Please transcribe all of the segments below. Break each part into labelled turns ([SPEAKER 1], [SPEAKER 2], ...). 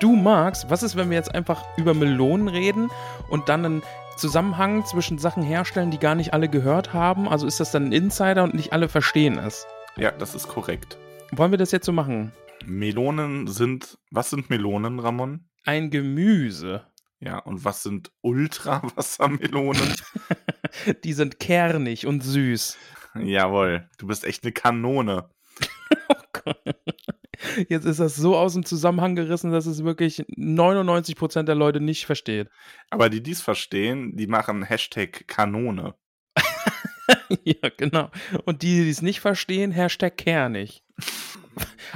[SPEAKER 1] du magst, was ist, wenn wir jetzt einfach über Melonen reden und dann einen Zusammenhang zwischen Sachen herstellen, die gar nicht alle gehört haben? Also ist das dann ein Insider und nicht alle verstehen es?
[SPEAKER 2] Ja, das ist korrekt.
[SPEAKER 1] Wollen wir das jetzt so machen?
[SPEAKER 2] Melonen sind. Was sind Melonen, Ramon?
[SPEAKER 1] Ein Gemüse.
[SPEAKER 2] Ja, und was sind Ultrawassermelonen?
[SPEAKER 1] Die sind kernig und süß.
[SPEAKER 2] Jawohl, du bist echt eine Kanone.
[SPEAKER 1] Jetzt ist das so aus dem Zusammenhang gerissen, dass es wirklich 99% der Leute nicht versteht.
[SPEAKER 2] Aber die dies verstehen, die machen Hashtag Kanone.
[SPEAKER 1] ja, genau. Und die, die es nicht verstehen, Hashtag kernig.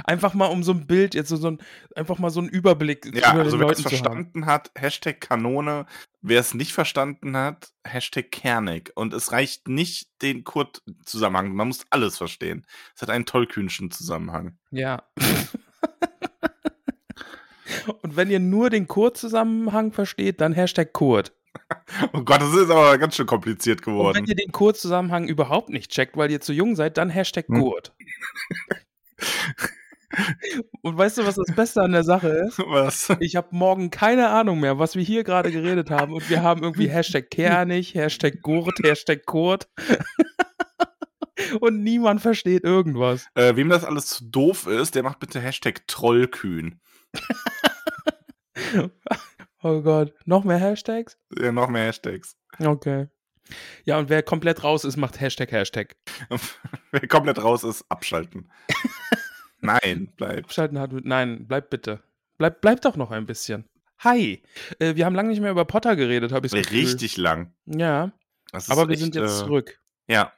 [SPEAKER 1] Einfach mal um so ein Bild, jetzt so, so ein, einfach mal so einen Überblick
[SPEAKER 2] Ja,
[SPEAKER 1] über
[SPEAKER 2] also
[SPEAKER 1] den
[SPEAKER 2] wer
[SPEAKER 1] Leuten
[SPEAKER 2] es
[SPEAKER 1] zu haben.
[SPEAKER 2] verstanden hat, Hashtag Kanone. Wer es nicht verstanden hat, Hashtag Kernig. Und es reicht nicht den Kurt-Zusammenhang. Man muss alles verstehen. Es hat einen tollkühnschen Zusammenhang.
[SPEAKER 1] Ja. Und wenn ihr nur den Kurzzusammenhang versteht, dann Hashtag Kurt.
[SPEAKER 2] Oh Gott, das ist aber ganz schön kompliziert
[SPEAKER 1] Und wenn
[SPEAKER 2] geworden.
[SPEAKER 1] ihr den Kurzzusammenhang überhaupt nicht checkt, weil ihr zu jung seid, dann Hashtag
[SPEAKER 2] Hm.
[SPEAKER 1] Kurt. Und weißt du, was das Beste an der Sache ist?
[SPEAKER 2] Was?
[SPEAKER 1] Ich habe morgen keine Ahnung mehr, was wir hier gerade geredet haben. Und wir haben irgendwie Hashtag Kernig, Hashtag Gurt, Hashtag Kurt. Und niemand versteht irgendwas.
[SPEAKER 2] Äh, wem das alles zu doof ist, der macht bitte Hashtag Trollkühn.
[SPEAKER 1] Oh Gott, noch mehr Hashtags?
[SPEAKER 2] Ja, Äh, noch mehr Hashtags.
[SPEAKER 1] Okay. Ja, und wer komplett raus ist, macht Hashtag Hashtag.
[SPEAKER 2] Wer komplett raus ist, abschalten. Nein, bleib.
[SPEAKER 1] Abschalten hat. Nein, bleib bitte. Bleib, bleib doch noch ein bisschen. Hi. Äh, wir haben lange nicht mehr über Potter geredet, habe ich das Gefühl.
[SPEAKER 2] Richtig lang.
[SPEAKER 1] Ja,
[SPEAKER 2] Das ist
[SPEAKER 1] aber wir
[SPEAKER 2] echt,
[SPEAKER 1] sind jetzt
[SPEAKER 2] äh,
[SPEAKER 1] zurück.
[SPEAKER 2] Ja.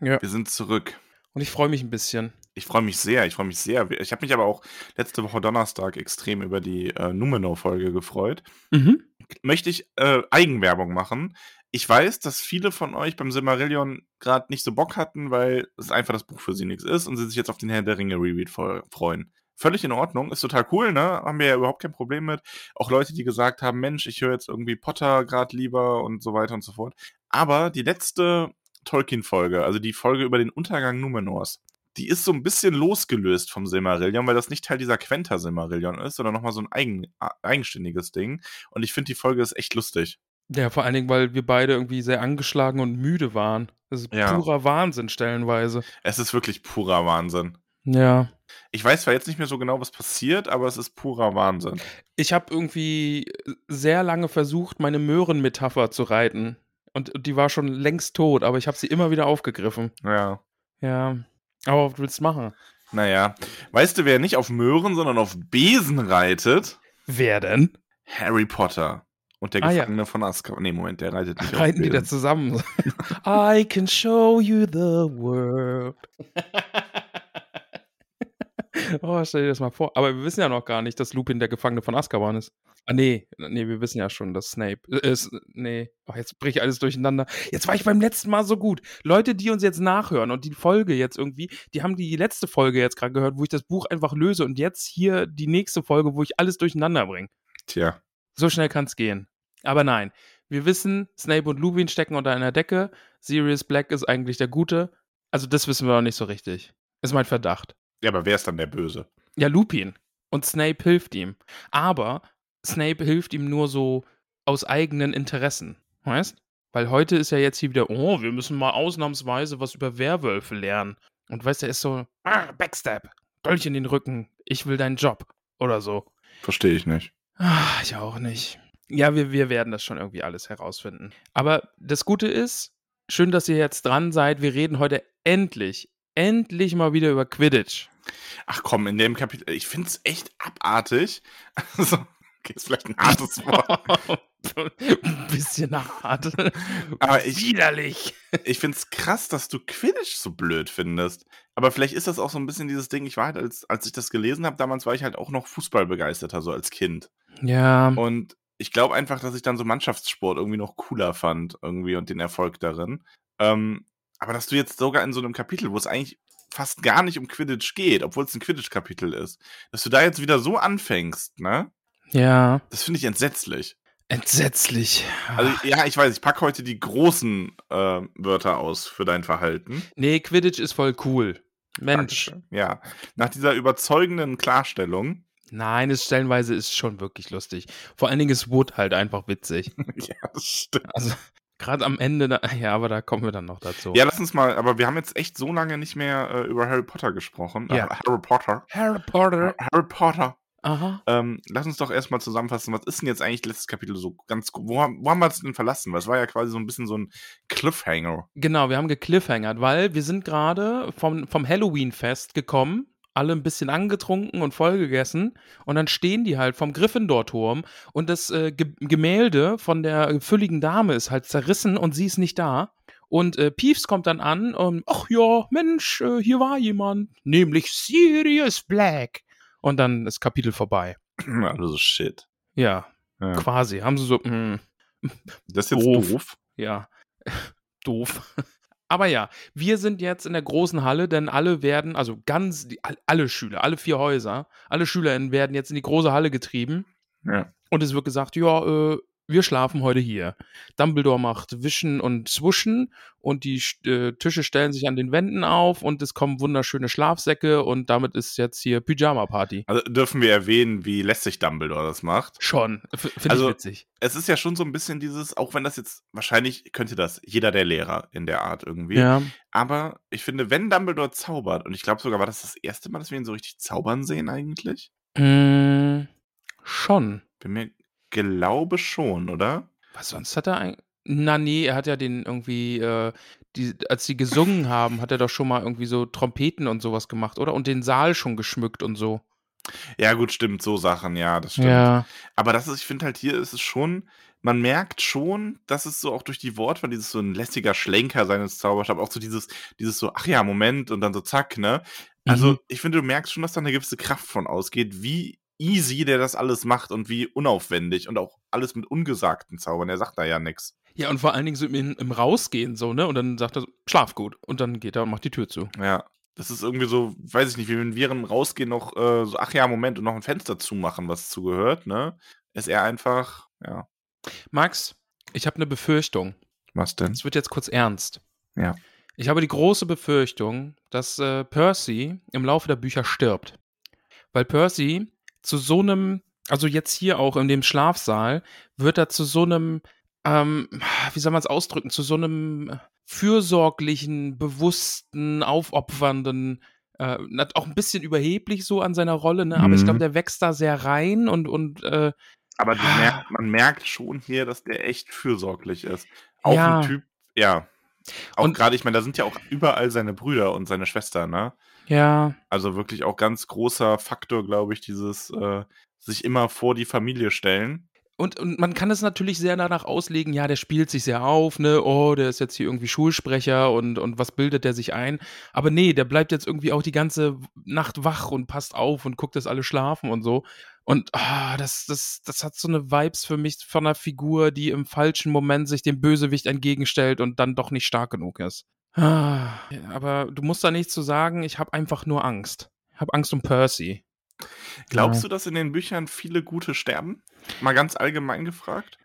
[SPEAKER 1] Ja.
[SPEAKER 2] Wir sind zurück.
[SPEAKER 1] Und ich freue mich ein bisschen.
[SPEAKER 2] Ich freue mich sehr, ich freue mich sehr. Ich habe mich aber auch letzte Woche Donnerstag extrem über die äh, Numenor-Folge gefreut.
[SPEAKER 1] Mhm.
[SPEAKER 2] Möchte ich äh, Eigenwerbung machen. Ich weiß, dass viele von euch beim Silmarillion gerade nicht so Bock hatten, weil es einfach das Buch für sie nichts ist und sie sich jetzt auf den Herr der Ringe Reread voll- freuen. Völlig in Ordnung, ist total cool, ne? Haben wir ja überhaupt kein Problem mit. Auch Leute, die gesagt haben, Mensch, ich höre jetzt irgendwie Potter gerade lieber und so weiter und so fort. Aber die letzte Tolkien-Folge, also die Folge über den Untergang Numenors, die ist so ein bisschen losgelöst vom Silmarillion, weil das nicht Teil dieser Quenta-Silmarillion ist, sondern nochmal so ein eigen, a- eigenständiges Ding. Und ich finde, die Folge ist echt lustig.
[SPEAKER 1] Ja, vor allen Dingen, weil wir beide irgendwie sehr angeschlagen und müde waren. Das ist
[SPEAKER 2] Ja.
[SPEAKER 1] purer Wahnsinn stellenweise.
[SPEAKER 2] Es ist wirklich purer Wahnsinn.
[SPEAKER 1] Ja.
[SPEAKER 2] Ich weiß zwar jetzt nicht mehr so genau, was passiert, aber es ist purer Wahnsinn.
[SPEAKER 1] Ich habe irgendwie sehr lange versucht, meine Möhrenmetapher zu reiten. Und und die war schon längst tot, aber ich habe sie immer wieder aufgegriffen.
[SPEAKER 2] Ja.
[SPEAKER 1] Ja. Aber was willst du machen?
[SPEAKER 2] Naja. Weißt du, wer nicht auf Möhren, sondern auf Besen reitet?
[SPEAKER 1] Wer denn?
[SPEAKER 2] Harry Potter. Und der
[SPEAKER 1] Ah, ja.
[SPEAKER 2] Gefangene von Azkaban. Nee, Moment, der reitet nicht
[SPEAKER 1] Reiten die da
[SPEAKER 2] Besen.
[SPEAKER 1] zusammen? I can show you the world. oh, stell dir das mal vor. Aber wir wissen ja noch gar nicht, dass Lupin der Gefangene von Azkaban ist. Ah, nee. Nee, wir wissen ja schon, dass Snape äh, ist. Nee. Oh, jetzt bricht alles durcheinander. Jetzt war ich beim letzten Mal so gut. Leute, die uns jetzt nachhören und die Folge jetzt irgendwie, die haben die letzte Folge jetzt gerade gehört, wo ich das Buch einfach löse und jetzt hier die nächste Folge, wo ich alles durcheinander bringe.
[SPEAKER 2] Tja.
[SPEAKER 1] So schnell kann es gehen. Aber nein, wir wissen, Snape und Lupin stecken unter einer Decke. Sirius Black ist eigentlich der Gute. Also das wissen wir noch nicht so richtig. Ist mein Verdacht.
[SPEAKER 2] Ja, aber wer ist dann der Böse?
[SPEAKER 1] Ja, Lupin. Und Snape hilft ihm. Aber Snape hilft ihm nur so aus eigenen Interessen. Weißt? Weil heute ist ja jetzt hier wieder, oh, wir müssen mal ausnahmsweise was über Werwölfe lernen. Und weißt du, er ist so, ah, Backstab, Dolch in den Rücken, ich will deinen Job. Oder so.
[SPEAKER 2] Verstehe ich nicht.
[SPEAKER 1] Ah, ich auch nicht. Ja, wir, wir werden das schon irgendwie alles herausfinden. Aber das Gute ist, schön, dass ihr jetzt dran seid. Wir reden heute endlich, endlich mal wieder über Quidditch.
[SPEAKER 2] Ach komm, in dem Kapitel, ich finde es echt abartig. Also, okay, ist vielleicht ein hartes Wort.
[SPEAKER 1] Ein bisschen hart. Ah,
[SPEAKER 2] Aber ich,
[SPEAKER 1] Widerlich.
[SPEAKER 2] ich finde es krass, dass du Quidditch so blöd findest. Aber vielleicht ist das auch so ein bisschen dieses Ding, ich war halt, als, als ich das gelesen habe, damals war ich halt auch noch Fußballbegeisterter, so als Kind.
[SPEAKER 1] Ja,
[SPEAKER 2] Und ich glaube einfach, dass ich dann so Mannschaftssport irgendwie noch cooler fand irgendwie und den Erfolg darin. Ähm, aber dass du jetzt sogar in so einem Kapitel, wo es eigentlich fast gar nicht um Quidditch geht, obwohl es ein Quidditch-Kapitel ist, dass du da jetzt wieder so anfängst, ne?
[SPEAKER 1] ja.
[SPEAKER 2] Das finde ich entsetzlich.
[SPEAKER 1] Entsetzlich.
[SPEAKER 2] Also ja, ich weiß, ich packe heute die großen äh, Wörter aus für dein Verhalten.
[SPEAKER 1] nee, Quidditch ist voll cool. Mensch.
[SPEAKER 2] Ja, nach dieser überzeugenden Klarstellung.
[SPEAKER 1] Nein, es stellenweise ist schon wirklich lustig. Vor allen Dingen ist Wood halt einfach witzig.
[SPEAKER 2] ja, das stimmt.
[SPEAKER 1] Also, gerade am Ende, da, ja, aber da kommen wir dann noch dazu.
[SPEAKER 2] Ja, lass uns mal, aber wir haben jetzt echt so lange nicht mehr äh, über Harry Potter gesprochen.
[SPEAKER 1] Ja.
[SPEAKER 2] Äh, Harry Potter.
[SPEAKER 1] Harry Potter.
[SPEAKER 2] Harry Potter.
[SPEAKER 1] Aha.
[SPEAKER 2] Ähm, lass uns doch erstmal zusammenfassen, was ist denn jetzt eigentlich letztes Kapitel so ganz gro- Wo, haben- wo haben wir es denn verlassen? Weil es war ja quasi so ein bisschen so ein Cliffhanger.
[SPEAKER 1] Genau, wir haben gecliffhangert, weil wir sind gerade vom, vom Halloween-Fest gekommen, alle ein bisschen angetrunken und vollgegessen und dann stehen die halt vom Gryffindor-Turm und das äh, Ge Gemälde von der fülligen Dame ist halt zerrissen und sie ist nicht da. Und äh, Peeves kommt dann an und, ach ja, Mensch, äh, hier war jemand, nämlich Sirius Black. Und dann ist Kapitel vorbei.
[SPEAKER 2] also shit.
[SPEAKER 1] Ja,
[SPEAKER 2] Ja.
[SPEAKER 1] quasi. Haben sie so, hm, mh,
[SPEAKER 2] Das ist jetzt
[SPEAKER 1] Doof.
[SPEAKER 2] doof.
[SPEAKER 1] ja, doof. Aber ja, wir sind jetzt in der großen Halle, denn alle werden, also ganz, die, all- alle Schüler, alle vier Häuser, alle SchülerInnen werden jetzt in die große Halle getrieben.
[SPEAKER 2] Ja.
[SPEAKER 1] Und es wird gesagt, ja, äh, wir schlafen heute hier. Dumbledore macht Wischen und Zwuschen und die Sch- äh, Tische stellen sich an den Wänden auf und es kommen wunderschöne Schlafsäcke und damit ist jetzt hier Pyjama-Party.
[SPEAKER 2] Also dürfen wir erwähnen, wie lästig Dumbledore das macht.
[SPEAKER 1] Schon. F- Finde
[SPEAKER 2] Also,
[SPEAKER 1] ich witzig.
[SPEAKER 2] Es ist ja schon so ein bisschen dieses, auch wenn das jetzt, wahrscheinlich könnte das jeder der Lehrer in der Art irgendwie.
[SPEAKER 1] Ja.
[SPEAKER 2] Aber ich finde, wenn Dumbledore zaubert, und ich glaube sogar, war das das erste Mal, dass wir ihn so richtig zaubern sehen eigentlich?
[SPEAKER 1] Mm, schon.
[SPEAKER 2] Bin mir, glaube schon, oder?
[SPEAKER 1] Was sonst hat er eigentlich? Na nee, er hat ja den irgendwie, äh, die, als sie gesungen haben, hat er doch schon mal irgendwie so Trompeten und sowas gemacht, oder? Und den Saal schon geschmückt und so.
[SPEAKER 2] Ja, gut, stimmt, so Sachen, ja, das stimmt. Aber das ist, ich finde halt hier ist es schon, man merkt schon, dass es so auch durch die Wortwahl, dieses so ein lässiger Schlenker seines Zauberstabs, auch so dieses, dieses so, ach ja, Moment und dann so zack, ne? Also
[SPEAKER 1] Mhm.
[SPEAKER 2] ich finde, du merkst schon, dass da eine gewisse Kraft von ausgeht, wie easy der das alles macht und wie unaufwendig und auch alles mit ungesagten Zaubern. Er sagt da ja nichts.
[SPEAKER 1] Ja, und vor allen Dingen so im, im Rausgehen so, ne? Und dann sagt er so, schlaf gut. Und dann geht er und macht die Tür zu.
[SPEAKER 2] Ja. Das ist irgendwie so, weiß ich nicht, wie wenn Viren rausgehen, noch äh, so, ach ja, Moment, und noch ein Fenster zumachen, was zugehört, ne? Ist er einfach, ja.
[SPEAKER 1] Max, ich habe eine Befürchtung.
[SPEAKER 2] Was denn?
[SPEAKER 1] Es wird jetzt kurz ernst.
[SPEAKER 2] Ja.
[SPEAKER 1] Ich habe die große Befürchtung, dass äh, Percy im Laufe der Bücher stirbt. Weil Percy zu so einem, also jetzt hier auch in dem Schlafsaal, wird er zu so einem, ähm, wie soll man es ausdrücken, zu so einem fürsorglichen, bewussten, aufopfernden, äh, na, auch ein bisschen überheblich so an seiner Rolle, ne? aber ich
[SPEAKER 2] Mhm.
[SPEAKER 1] glaube, der wächst da sehr rein und, und äh,
[SPEAKER 2] Aber du merkst, man merkt schon hier, dass der echt fürsorglich ist. Auch
[SPEAKER 1] Ja.
[SPEAKER 2] ein Typ, ja. Auch
[SPEAKER 1] Und-
[SPEAKER 2] gerade, ich meine, da sind ja auch überall seine Brüder und seine Schwester, ne?
[SPEAKER 1] ja,
[SPEAKER 2] Also wirklich auch ganz großer Faktor, glaube ich, dieses äh, sich immer vor die Familie stellen.
[SPEAKER 1] Und, und man kann es natürlich sehr danach auslegen, ja, der spielt sich sehr auf, ne, oh, der ist jetzt hier irgendwie Schulsprecher und, und was bildet der sich ein? Aber nee, der bleibt jetzt irgendwie auch die ganze Nacht wach und passt auf und guckt, dass alle schlafen und so. Und ah, das, das, das hat so eine Vibes für mich von einer Figur, die im falschen Moment sich dem Bösewicht entgegenstellt und dann doch nicht stark genug ist. Ah, aber du musst da nichts zu sagen, ich habe einfach nur Angst. Ich habe Angst um Percy.
[SPEAKER 2] Glaubst du, dass in den Büchern viele Gute sterben? Mal ganz allgemein gefragt.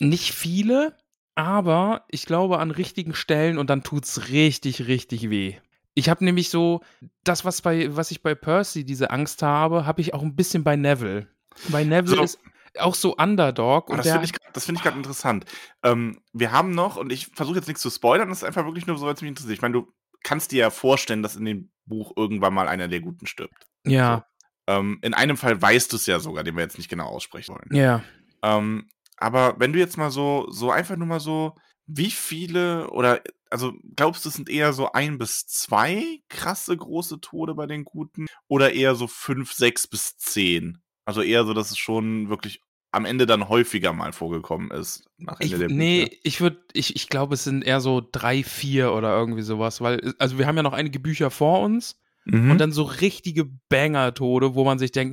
[SPEAKER 1] Nicht viele, aber ich glaube an richtigen Stellen und dann tut's richtig, richtig weh. Ich habe nämlich so das, was bei, was ich bei Percy diese Angst habe, habe ich auch ein bisschen bei Neville. Bei Neville
[SPEAKER 2] So.
[SPEAKER 1] ist auch so Underdog und
[SPEAKER 2] Und Ah, das
[SPEAKER 1] der,
[SPEAKER 2] finde ich, das find ich gerade interessant. Ähm, wir haben noch, und ich versuche jetzt nichts zu spoilern, das ist einfach wirklich nur so, weil es mich interessiert. Ich meine, du kannst dir ja vorstellen, dass in dem Buch irgendwann mal einer der Guten stirbt.
[SPEAKER 1] ja,
[SPEAKER 2] Ähm, in einem Fall weißt du es ja sogar, den wir jetzt nicht genau aussprechen wollen.
[SPEAKER 1] ja,
[SPEAKER 2] Ähm, aber wenn du jetzt mal so, so einfach nur mal so, wie viele oder also glaubst du, es sind eher so ein bis zwei krasse große Tode bei den Guten oder eher so fünf, sechs bis zehn? Also eher so, dass es schon wirklich am Ende dann häufiger mal vorgekommen ist. Nach Ende
[SPEAKER 1] Ich,
[SPEAKER 2] der
[SPEAKER 1] nee,
[SPEAKER 2] Bücher.
[SPEAKER 1] ich würde, ich, ich glaube, es sind eher so drei, vier oder irgendwie sowas, weil, also wir haben ja noch einige Bücher vor uns
[SPEAKER 2] Mhm.
[SPEAKER 1] und dann so richtige Banger-Tode, wo man sich denkt,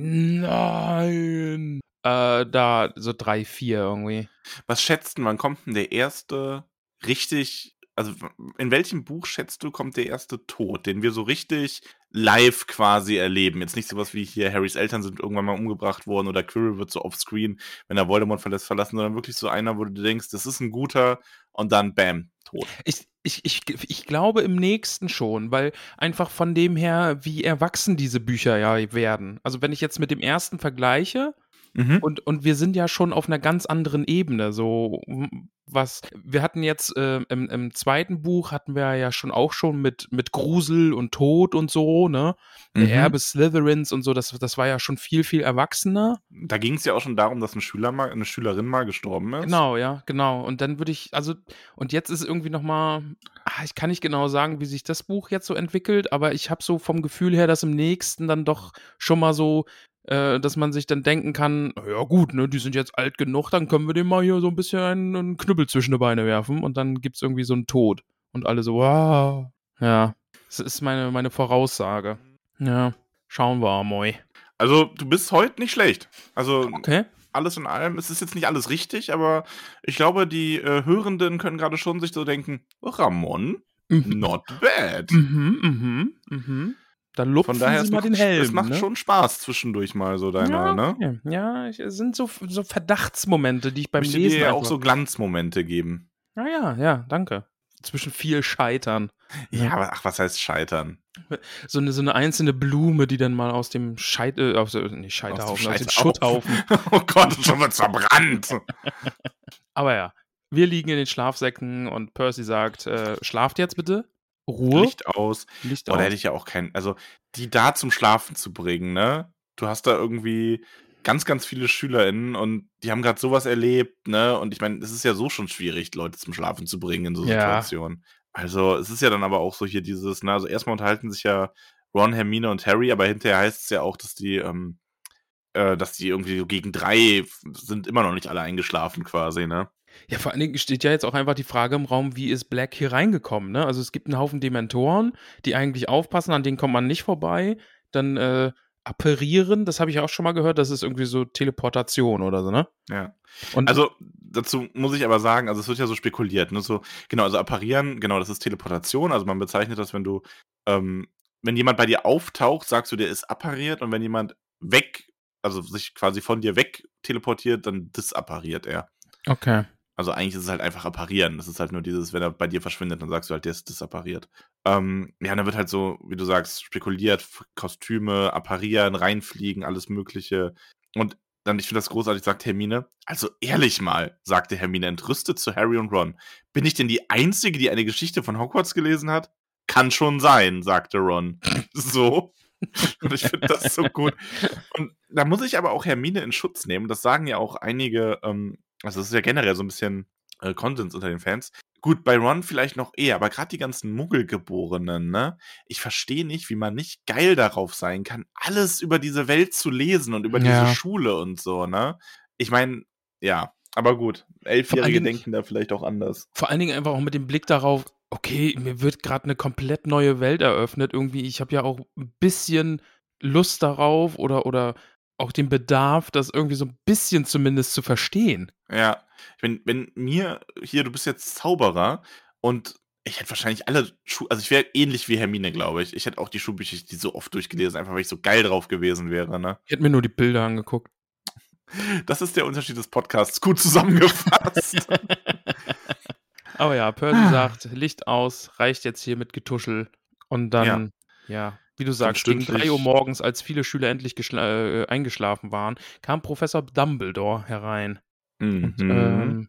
[SPEAKER 1] nein, äh, da so drei, vier irgendwie.
[SPEAKER 2] Was schätzt denn, wann kommt denn der erste richtig, also in welchem Buch schätzt du, kommt der erste Tod, den wir so richtig live quasi erleben? Jetzt nicht sowas wie hier Harrys Eltern sind irgendwann mal umgebracht worden oder Quirrell wird so offscreen, wenn er Voldemort verlässt, verlassen, sondern wirklich so einer, wo du denkst, das ist ein guter und dann bam, tot.
[SPEAKER 1] Ich, ich, ich, ich glaube im nächsten schon, weil einfach von dem her, wie erwachsen diese Bücher ja werden. Also wenn ich jetzt mit dem ersten vergleiche,
[SPEAKER 2] Mhm.
[SPEAKER 1] Und, und wir sind ja schon auf einer ganz anderen Ebene. So m- was, wir hatten jetzt äh, im, im zweiten Buch hatten wir ja schon auch schon mit, mit Grusel und Tod und so, ne? Der
[SPEAKER 2] Mhm.
[SPEAKER 1] Erbe Slytherins und so, das, das war ja schon viel, viel erwachsener.
[SPEAKER 2] Da ging es ja auch schon darum, dass ein Schüler mal, eine Schülerin mal gestorben ist.
[SPEAKER 1] Genau, ja, genau. Und dann würde ich, also, und jetzt ist irgendwie nochmal, ich kann nicht genau sagen, wie sich das Buch jetzt so entwickelt, aber ich habe so vom Gefühl her, dass im nächsten dann doch schon mal so, äh, dass man sich dann denken kann, ja gut, ne, die sind jetzt alt genug, dann können wir dem mal hier so ein bisschen einen, einen Knüppel zwischen die Beine werfen und dann gibt's irgendwie so einen Tod. Und alle so, wow. Ja, das ist meine, meine Voraussage. Ja, schauen wir mal.
[SPEAKER 2] Also du bist heute nicht schlecht. Also
[SPEAKER 1] Okay.
[SPEAKER 2] alles in allem, es ist jetzt nicht alles richtig, aber ich glaube, die äh, Hörenden können gerade schon sich so denken, Ramon,
[SPEAKER 1] Mhm,
[SPEAKER 2] not bad.
[SPEAKER 1] mhm, mhm. mhm. Dann lupfen
[SPEAKER 2] Von daher,
[SPEAKER 1] Sie
[SPEAKER 2] es
[SPEAKER 1] mal
[SPEAKER 2] macht,
[SPEAKER 1] den Helm.
[SPEAKER 2] es macht
[SPEAKER 1] ne?
[SPEAKER 2] schon Spaß zwischendurch mal so deiner,
[SPEAKER 1] ja,
[SPEAKER 2] ne?
[SPEAKER 1] okay. Ja, ich- es sind so, so Verdachtsmomente, die ich beim
[SPEAKER 2] Möchte
[SPEAKER 1] Lesen
[SPEAKER 2] dir ja auch
[SPEAKER 1] einfach-
[SPEAKER 2] so Glanzmomente geben.
[SPEAKER 1] Ja, ja, ja, danke. Zwischen viel Scheitern. ne?
[SPEAKER 2] Ja, aber ach, was heißt scheitern?
[SPEAKER 1] So eine, so eine einzelne Blume, die dann mal aus dem Scheit, äh, aus, äh, nicht Scheiterhaufen, aus dem,
[SPEAKER 2] Scheiterhaufen.
[SPEAKER 1] Schutthaufen.
[SPEAKER 2] oh Gott, schon mal verbrannt.
[SPEAKER 1] Aber ja, wir liegen in den Schlafsäcken und Percy sagt, äh, schlaft jetzt bitte. Ruhe.
[SPEAKER 2] Licht aus.
[SPEAKER 1] Licht
[SPEAKER 2] Boah, da hätte ich ja auch keinen. Also, die da zum Schlafen zu bringen, ne? Du hast da irgendwie ganz, ganz viele SchülerInnen und die haben gerade sowas erlebt, ne? Und ich meine, es ist ja so schon schwierig, Leute zum Schlafen zu bringen in so
[SPEAKER 1] Ja.
[SPEAKER 2] Situationen. Also, es ist ja dann aber auch so hier dieses, ne? Also, erstmal unterhalten sich ja Ron, Hermine und Harry, aber hinterher heißt es ja auch, dass die, ähm, äh, dass die irgendwie so gegen drei sind immer noch nicht alle eingeschlafen quasi, ne?
[SPEAKER 1] Ja, vor allen Dingen steht ja jetzt auch einfach die Frage im Raum, wie ist Black hier reingekommen? Ne? Also es gibt einen Haufen Dementoren, die eigentlich aufpassen, an denen kommt man nicht vorbei. Dann äh, apparieren, das habe ich auch schon mal gehört, das ist irgendwie so Teleportation oder so, ne?
[SPEAKER 2] Ja.
[SPEAKER 1] Und
[SPEAKER 2] Also dazu muss ich aber sagen, also es wird ja so spekuliert, ne? So, genau, also apparieren, genau, das ist Teleportation. Also man bezeichnet das, wenn du, ähm, wenn jemand bei dir auftaucht, sagst du, der ist appariert und wenn jemand weg, also sich quasi von dir weg teleportiert, dann disappariert er.
[SPEAKER 1] okay.
[SPEAKER 2] Also eigentlich ist es halt einfach apparieren. Das ist halt nur dieses, wenn er bei dir verschwindet, dann sagst du halt, der ist disappariert. Ähm, ja, und dann wird halt so, wie du sagst, spekuliert, F- Kostüme, apparieren, reinfliegen, alles Mögliche. Und dann, ich finde das großartig, sagt Hermine. Also ehrlich mal, sagte Hermine entrüstet zu Harry und Ron. Bin ich denn die Einzige, die eine Geschichte von Hogwarts gelesen hat? Kann schon sein, sagte Ron. so. Und ich finde das so gut. Und da muss ich aber auch Hermine in Schutz nehmen. Das sagen ja auch einige, ähm, also das ist ja generell so ein bisschen äh, Konsens unter den Fans. Gut, bei Ron vielleicht noch eher, aber gerade die ganzen Muggelgeborenen, ne? Ich verstehe nicht, wie man nicht geil darauf sein kann, alles über diese Welt zu lesen und über
[SPEAKER 1] Ja.
[SPEAKER 2] diese Schule und so, ne? Ich meine, ja, aber gut.
[SPEAKER 1] Vor
[SPEAKER 2] Elfjährige
[SPEAKER 1] allen Dingen-
[SPEAKER 2] denken da vielleicht auch anders.
[SPEAKER 1] Vor allen Dingen einfach auch mit dem Blick darauf, okay, mir wird gerade eine komplett neue Welt eröffnet. Irgendwie, ich habe ja auch ein bisschen Lust darauf oder, oder auch den Bedarf, das irgendwie so ein bisschen zumindest zu verstehen.
[SPEAKER 2] Ja, ich mein, wenn mir hier, du bist jetzt Zauberer und ich hätte wahrscheinlich alle Schuh, also ich wäre ähnlich wie Hermine, glaube ich. Ich hätte auch die Schulbücher, die so oft durchgelesen, einfach weil ich so geil drauf gewesen wäre. Ne?
[SPEAKER 1] Ich hätte mir nur die Bilder angeguckt.
[SPEAKER 2] Das ist der Unterschied des Podcasts. Gut zusammengefasst.
[SPEAKER 1] Aber ja, Percy sagt, Licht aus, reicht jetzt hier mit Getuschel. Und dann, ja, wie du sagst, gegen
[SPEAKER 2] stündlich-
[SPEAKER 1] 3 Uhr morgens, als viele Schüler endlich geschla- äh, eingeschlafen waren, kam Professor Dumbledore herein.
[SPEAKER 2] mhm.
[SPEAKER 1] Und ähm,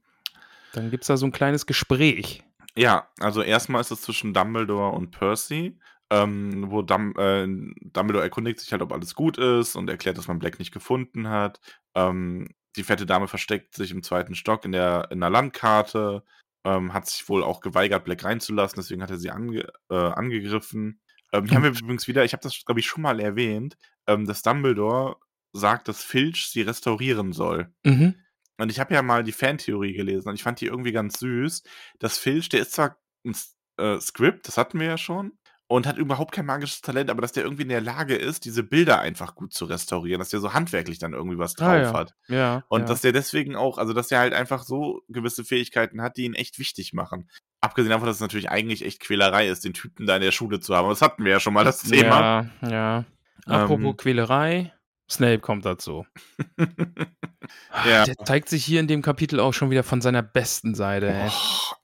[SPEAKER 1] dann gibt es da so ein kleines Gespräch.
[SPEAKER 2] Ja, also erstmal ist es zwischen Dumbledore und Percy, ähm, wo Dum äh, Dumbledore erkundigt sich halt, ob alles gut ist und erklärt, dass man Black nicht gefunden hat. Ähm, die fette Dame versteckt sich im zweiten Stock in der, in der Landkarte ähm, hat sich wohl auch geweigert, Black reinzulassen, deswegen hat er sie ange äh, angegriffen. Ähm, hier haben wir übrigens wieder, ich habe das, glaube ich, schon mal erwähnt, ähm, dass Dumbledore sagt, dass Filch sie restaurieren soll.
[SPEAKER 1] Mhm.
[SPEAKER 2] Und ich habe ja mal die Fantheorie gelesen und ich fand die irgendwie ganz süß, dass Filch, der ist zwar ein S- äh, Script, das hatten wir ja schon, und hat überhaupt kein magisches Talent, aber dass der irgendwie in der Lage ist, diese Bilder einfach gut zu restaurieren, dass der so handwerklich dann irgendwie was drauf
[SPEAKER 1] Ah, ja.
[SPEAKER 2] hat.
[SPEAKER 1] Ja.
[SPEAKER 2] Und
[SPEAKER 1] ja.
[SPEAKER 2] dass der deswegen auch, also dass er halt einfach so gewisse Fähigkeiten hat, die ihn echt wichtig machen. Abgesehen davon, dass es natürlich eigentlich echt Quälerei ist, den Typen da in der Schule zu haben. Das hatten wir ja schon mal das Thema.
[SPEAKER 1] Ja, ja.
[SPEAKER 2] Ähm.
[SPEAKER 1] Apropos Quälerei, Snape kommt dazu.
[SPEAKER 2] Ja.
[SPEAKER 1] Der zeigt sich hier in dem Kapitel auch schon wieder von seiner besten Seite.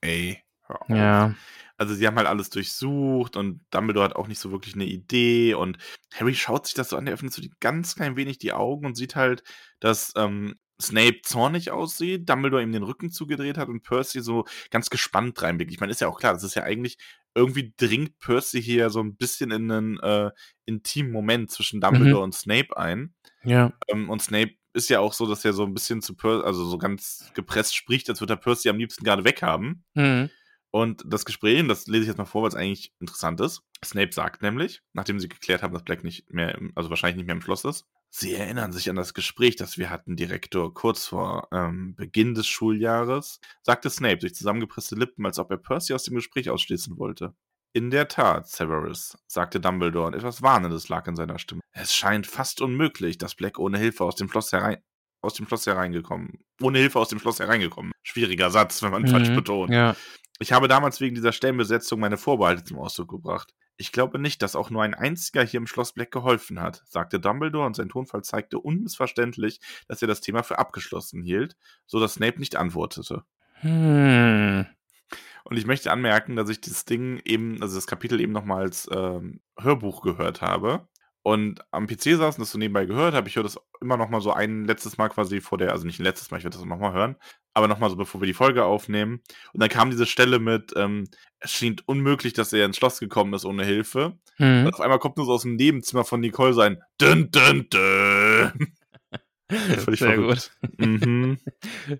[SPEAKER 1] ey.
[SPEAKER 2] Och, Oh, ey. Hör auf.
[SPEAKER 1] Äh. Ja.
[SPEAKER 2] Also sie haben halt alles durchsucht und Dumbledore hat auch nicht so wirklich eine Idee und Harry schaut sich das so an, der öffnet so die ganz klein wenig die Augen und sieht halt, dass ähm, Snape zornig aussieht, Dumbledore ihm den Rücken zugedreht hat und Percy so ganz gespannt reinblickt. Ich meine, ist ja auch klar, das ist ja eigentlich, irgendwie dringt Percy hier so ein bisschen in einen äh, intimen Moment zwischen Dumbledore und Snape ein.
[SPEAKER 1] Ja.
[SPEAKER 2] Ähm, und Snape ist ja auch so, dass er so ein bisschen zu Percy, also so ganz gepresst spricht, als würde er Percy am liebsten gerade weghaben.
[SPEAKER 1] Mhm.
[SPEAKER 2] Und das Gespräch, und das lese ich jetzt mal vor, weil es eigentlich interessant ist. Snape sagt nämlich, nachdem sie geklärt haben, dass Black nicht mehr, im, also wahrscheinlich nicht mehr im Schloss ist, sie erinnern sich an das Gespräch, das wir hatten, Direktor, kurz vor ähm, Beginn des Schuljahres, sagte Snape durch zusammengepresste Lippen, als ob er Percy aus dem Gespräch ausschließen wollte. In der Tat, Severus, sagte Dumbledore, und etwas Warnendes lag in seiner Stimme. Es scheint fast unmöglich, dass Black ohne Hilfe aus dem Schloss herein aus dem Schloss hereingekommen. Ohne Hilfe aus dem Schloss hereingekommen. Schwieriger Satz, wenn man falsch
[SPEAKER 1] Mhm.
[SPEAKER 2] betont.
[SPEAKER 1] Ja.
[SPEAKER 2] Ich habe damals wegen dieser Stellenbesetzung meine Vorbehalte zum Ausdruck gebracht. Ich glaube nicht, dass auch nur ein einziger hier im Schloss Black geholfen hat, sagte Dumbledore und sein Tonfall zeigte unmissverständlich, dass er das Thema für abgeschlossen hielt, so dass Snape nicht antwortete.
[SPEAKER 1] Hm.
[SPEAKER 2] Und ich möchte anmerken, dass ich das Ding eben, also das Kapitel eben nochmal als ähm, Hörbuch gehört habe und am PC saß und das so nebenbei gehört habe. Ich höre das immer nochmal so ein letztes Mal quasi vor der, also nicht ein letztes Mal, ich werde das nochmal hören, aber nochmal so bevor wir die Folge aufnehmen. Und dann kam diese Stelle mit, ähm, es schien unmöglich, dass er ins Schloss gekommen ist ohne Hilfe.
[SPEAKER 1] Hm.
[SPEAKER 2] Und auf einmal kommt nur so aus dem Nebenzimmer von Nicole sein Dün, dün, dün. Völlig
[SPEAKER 1] Sehr
[SPEAKER 2] verrückt.
[SPEAKER 1] gut.
[SPEAKER 2] Mhm.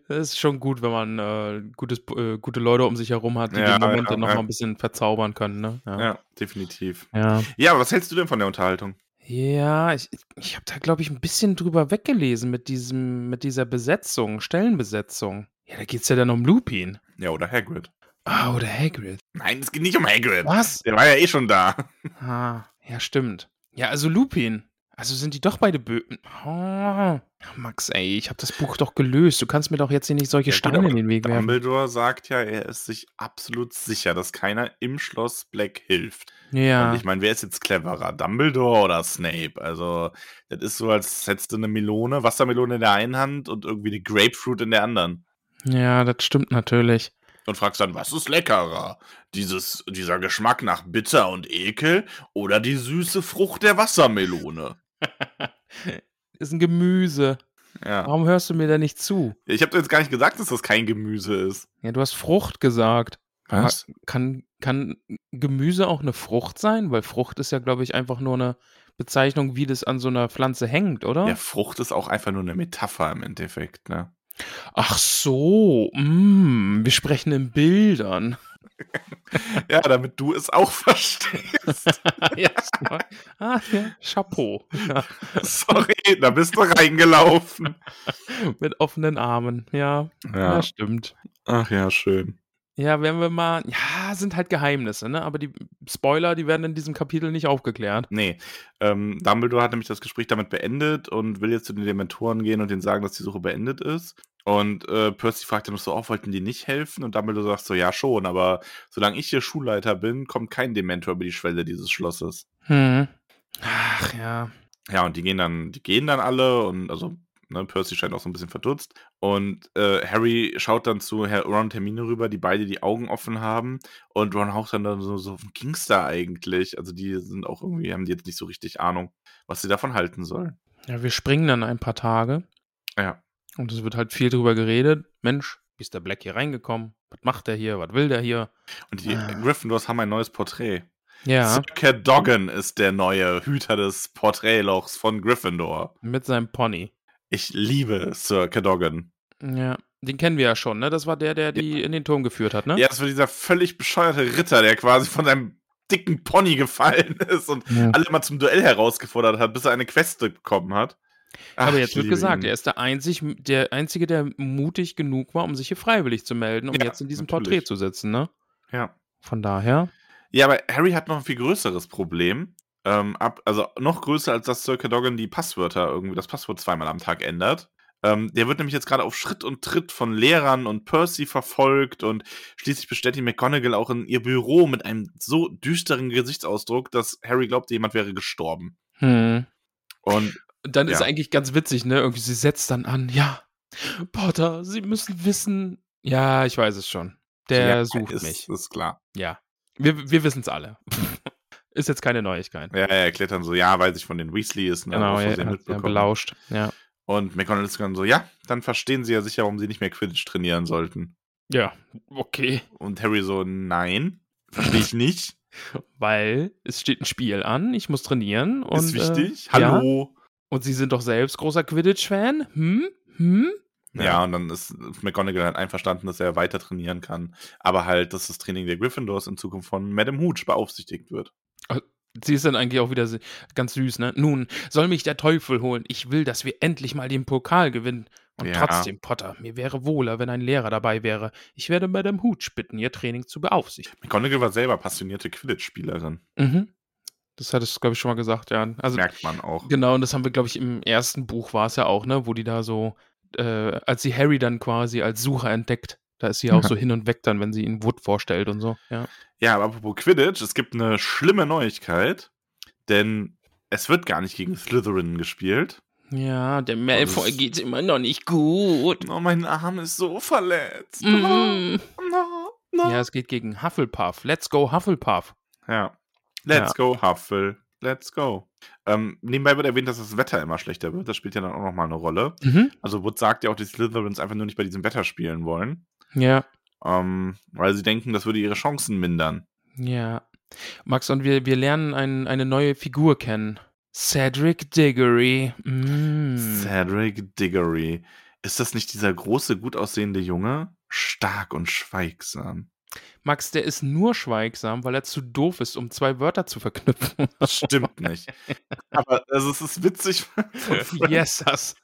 [SPEAKER 1] Das ist schon gut, wenn man äh, gutes, äh, gute Leute um sich herum hat, die
[SPEAKER 2] Ja,
[SPEAKER 1] den Moment
[SPEAKER 2] ja,
[SPEAKER 1] dann noch
[SPEAKER 2] ja.
[SPEAKER 1] mal ein bisschen verzaubern können. Ne?
[SPEAKER 2] Ja, definitiv.
[SPEAKER 1] ja.
[SPEAKER 2] Ja, aber was hältst du denn von der Unterhaltung?
[SPEAKER 1] Ja, ich, ich habe da, glaube ich, ein bisschen drüber weggelesen mit diesem, mit dieser Besetzung, Stellenbesetzung. Ja, da geht's ja dann um Lupin.
[SPEAKER 2] Ja, oder Hagrid?
[SPEAKER 1] Ah, oder Hagrid.
[SPEAKER 2] Nein, es geht nicht um Hagrid.
[SPEAKER 1] Was?
[SPEAKER 2] Der war ja eh schon da.
[SPEAKER 1] Ah, ja, stimmt. Ja, also Lupin. Also sind die doch beide Böten. Oh, Max, ey, ich habe das Buch doch gelöst. Du kannst mir doch jetzt hier nicht solche
[SPEAKER 2] Ja, gut,
[SPEAKER 1] Steine
[SPEAKER 2] aber
[SPEAKER 1] in den Weg werfen.
[SPEAKER 2] Dumbledore sagt ja, er ist sich absolut sicher, dass keiner im Schloss Black hilft.
[SPEAKER 1] Ja.
[SPEAKER 2] Und ich meine, wer ist jetzt cleverer? Dumbledore oder Snape? Also, das ist so, als hättest du eine Melone, Wassermelone in der einen Hand und irgendwie eine Grapefruit in der anderen.
[SPEAKER 1] Ja, das stimmt natürlich.
[SPEAKER 2] Und fragst dann, was ist leckerer? Dieses, dieser Geschmack nach Bitter und Ekel oder die süße Frucht der Wassermelone?
[SPEAKER 1] Ist ein Gemüse.
[SPEAKER 2] Ja.
[SPEAKER 1] Warum hörst du mir da nicht zu?
[SPEAKER 2] Ich habe jetzt gar nicht gesagt, dass das kein Gemüse ist.
[SPEAKER 1] Ja, du hast Frucht gesagt. Was? Kann, kann Gemüse auch eine Frucht sein? Weil Frucht ist ja, glaube ich, einfach nur eine Bezeichnung, wie das an so einer Pflanze hängt, oder?
[SPEAKER 2] Ja, Frucht ist auch einfach nur eine Metapher im Endeffekt, ne?
[SPEAKER 1] Ach so, mm, wir sprechen in Bildern.
[SPEAKER 2] Ja, damit du es auch verstehst.
[SPEAKER 1] ja, so. ah, ja, Chapeau. Ja,
[SPEAKER 2] Sorry, da bist du reingelaufen.
[SPEAKER 1] mit offenen Armen, ja, ja.
[SPEAKER 2] Ja.
[SPEAKER 1] stimmt.
[SPEAKER 2] Ach ja, schön.
[SPEAKER 1] Ja, wenn wir mal, ja, sind halt Geheimnisse, ne? Aber die Spoiler, die werden in diesem Kapitel nicht aufgeklärt.
[SPEAKER 2] Nee, ähm, Dumbledore hat nämlich das Gespräch damit beendet und will jetzt zu den Dementoren gehen und denen sagen, dass die Suche beendet ist. Und äh, Percy fragt dann noch so, oh, wollten die nicht helfen? Und Dumbledore sagt so, ja schon, aber solange ich hier Schulleiter bin, kommt kein Dementor über die Schwelle dieses Schlosses.
[SPEAKER 1] Hm. Ach ja.
[SPEAKER 2] Ja, und die gehen dann, die gehen dann alle und also ne, Percy scheint auch so ein bisschen verdutzt. Und äh, Harry schaut dann zu Herr Ron und Hermine rüber, die beide die Augen offen haben. Und Ron haucht dann, dann so, so, worum ging's da eigentlich? Also die sind auch irgendwie, haben die jetzt nicht so richtig Ahnung, was sie davon halten sollen.
[SPEAKER 1] Ja, wir springen dann ein paar Tage.
[SPEAKER 2] Ja.
[SPEAKER 1] Und es wird halt viel drüber geredet. Mensch, wie ist der Black hier reingekommen? Was macht der hier? Was will der hier?
[SPEAKER 2] Und die
[SPEAKER 1] Ah.
[SPEAKER 2] Gryffindors haben ein neues Porträt.
[SPEAKER 1] Ja,
[SPEAKER 2] Sir Cadogan ist der neue Hüter des Porträtlochs von Gryffindor.
[SPEAKER 1] mit seinem Pony.
[SPEAKER 2] Ich liebe Sir Cadogan.
[SPEAKER 1] Ja, Den kennen wir ja schon, ne? Das war der, der die in den Turm geführt hat, ne?
[SPEAKER 2] Ja, das war dieser völlig bescheuerte Ritter, der quasi von seinem dicken Pony gefallen ist und
[SPEAKER 1] Ja.
[SPEAKER 2] alle mal zum Duell herausgefordert hat, bis er eine Quest bekommen hat. Ach,
[SPEAKER 1] Aber
[SPEAKER 2] ich
[SPEAKER 1] jetzt wird
[SPEAKER 2] liebe
[SPEAKER 1] gesagt,
[SPEAKER 2] ihn.
[SPEAKER 1] er ist der, einzig, der Einzige, der mutig genug war, um sich hier freiwillig zu melden, um
[SPEAKER 2] Ja,
[SPEAKER 1] jetzt in diesem
[SPEAKER 2] natürlich.
[SPEAKER 1] Porträt zu sitzen, ne?
[SPEAKER 2] Ja.
[SPEAKER 1] Von daher.
[SPEAKER 2] Ja, aber Harry hat noch ein viel größeres Problem. Ähm, ab, also noch größer, als dass Sir Cadogan die Passwörter irgendwie, das Passwort zweimal am Tag ändert. Ähm, der wird nämlich jetzt gerade auf Schritt und Tritt von Lehrern und Percy verfolgt und schließlich bestellt ihn McGonagall auch in ihr Büro mit einem so düsteren Gesichtsausdruck, dass Harry glaubt, jemand wäre gestorben.
[SPEAKER 1] Hm.
[SPEAKER 2] Und
[SPEAKER 1] Dann ist
[SPEAKER 2] Ja.
[SPEAKER 1] eigentlich ganz witzig, ne? Irgendwie, sie setzt dann an, ja, Potter, Sie müssen wissen. Ja, ich weiß es schon. Der
[SPEAKER 2] ja,
[SPEAKER 1] sucht
[SPEAKER 2] ist,
[SPEAKER 1] mich.
[SPEAKER 2] Ist klar.
[SPEAKER 1] Ja. Wir, wir wissen es alle. ist jetzt keine Neuigkeit.
[SPEAKER 2] Ja, er erklärt dann so, ja, weil sich von den Weasleys ne,
[SPEAKER 1] genau,
[SPEAKER 2] aus
[SPEAKER 1] ja,
[SPEAKER 2] Versehen
[SPEAKER 1] ja, ja,
[SPEAKER 2] mitbekommen.
[SPEAKER 1] belauscht. Ja.
[SPEAKER 2] Und McGonagall ist dann so, ja, dann verstehen sie ja sicher, warum sie nicht mehr Quidditch trainieren sollten.
[SPEAKER 1] ja, okay.
[SPEAKER 2] Und Harry so, nein, verstehe ich nicht.
[SPEAKER 1] Weil es steht ein Spiel an, ich muss trainieren. Und,
[SPEAKER 2] ist wichtig.
[SPEAKER 1] Äh, Ja,
[SPEAKER 2] Hallo.
[SPEAKER 1] und Sie sind doch selbst großer Quidditch-Fan? Hm? Hm?
[SPEAKER 2] Ja. und dann ist McGonagall halt einverstanden, dass er weiter trainieren kann. Aber halt, dass das Training der Gryffindors in Zukunft von Madame Hooch beaufsichtigt wird.
[SPEAKER 1] Sie ist dann eigentlich auch wieder se- ganz süß, ne? Nun, soll mich der Teufel holen. Ich will, dass wir endlich mal den Pokal gewinnen. Und
[SPEAKER 2] Ja.
[SPEAKER 1] trotzdem, Potter, mir wäre wohler, wenn ein Lehrer dabei wäre. Ich werde Madame Hooch bitten, ihr Training zu beaufsichtigen.
[SPEAKER 2] McGonagall war selber passionierte Quidditch-Spielerin.
[SPEAKER 1] Mhm. Das hattest du, glaube ich, schon mal gesagt, ja. Also,
[SPEAKER 2] Merkt man auch.
[SPEAKER 1] Genau, und das haben wir, glaube ich, im ersten Buch war es ja auch, ne, wo die da so, äh, als sie Harry dann quasi als Sucher entdeckt, da ist sie ja auch so hin und weg dann, wenn sie ihn Wood vorstellt und so. Ja.
[SPEAKER 2] Ja, aber apropos Quidditch, es gibt eine schlimme Neuigkeit, denn es wird gar nicht gegen Slytherin gespielt.
[SPEAKER 1] Ja, der
[SPEAKER 2] Malfoy
[SPEAKER 1] Malfoy
[SPEAKER 2] geht's
[SPEAKER 1] geht's immer noch nicht gut.
[SPEAKER 2] Oh, mein Arm ist so verletzt.
[SPEAKER 1] Mhm.
[SPEAKER 2] No, no.
[SPEAKER 1] Ja, es geht gegen Hufflepuff. Let's go Hufflepuff.
[SPEAKER 2] Ja. Let's go, Huffle. Let's go. Ähm, nebenbei wird erwähnt, dass das Wetter immer schlechter wird. Das spielt ja dann auch nochmal eine Rolle.
[SPEAKER 1] Mhm.
[SPEAKER 2] Also Wood sagt ja auch, dass die Slytherins einfach nur nicht bei diesem Wetter spielen wollen.
[SPEAKER 1] Ja,
[SPEAKER 2] Ähm, weil sie denken, das würde ihre Chancen mindern.
[SPEAKER 1] ja. Max, und wir, wir lernen ein, eine neue Figur kennen. Cedric Diggory.
[SPEAKER 2] Hm.
[SPEAKER 1] Mm.
[SPEAKER 2] Cedric Diggory. Ist das nicht dieser große, gut aussehende Junge? Stark und schweigsam.
[SPEAKER 1] Max, der ist nur schweigsam, weil er zu doof ist, um zwei Wörter zu verknüpfen.
[SPEAKER 2] Das stimmt nicht. Aber also, es ist witzig.
[SPEAKER 1] yes, das.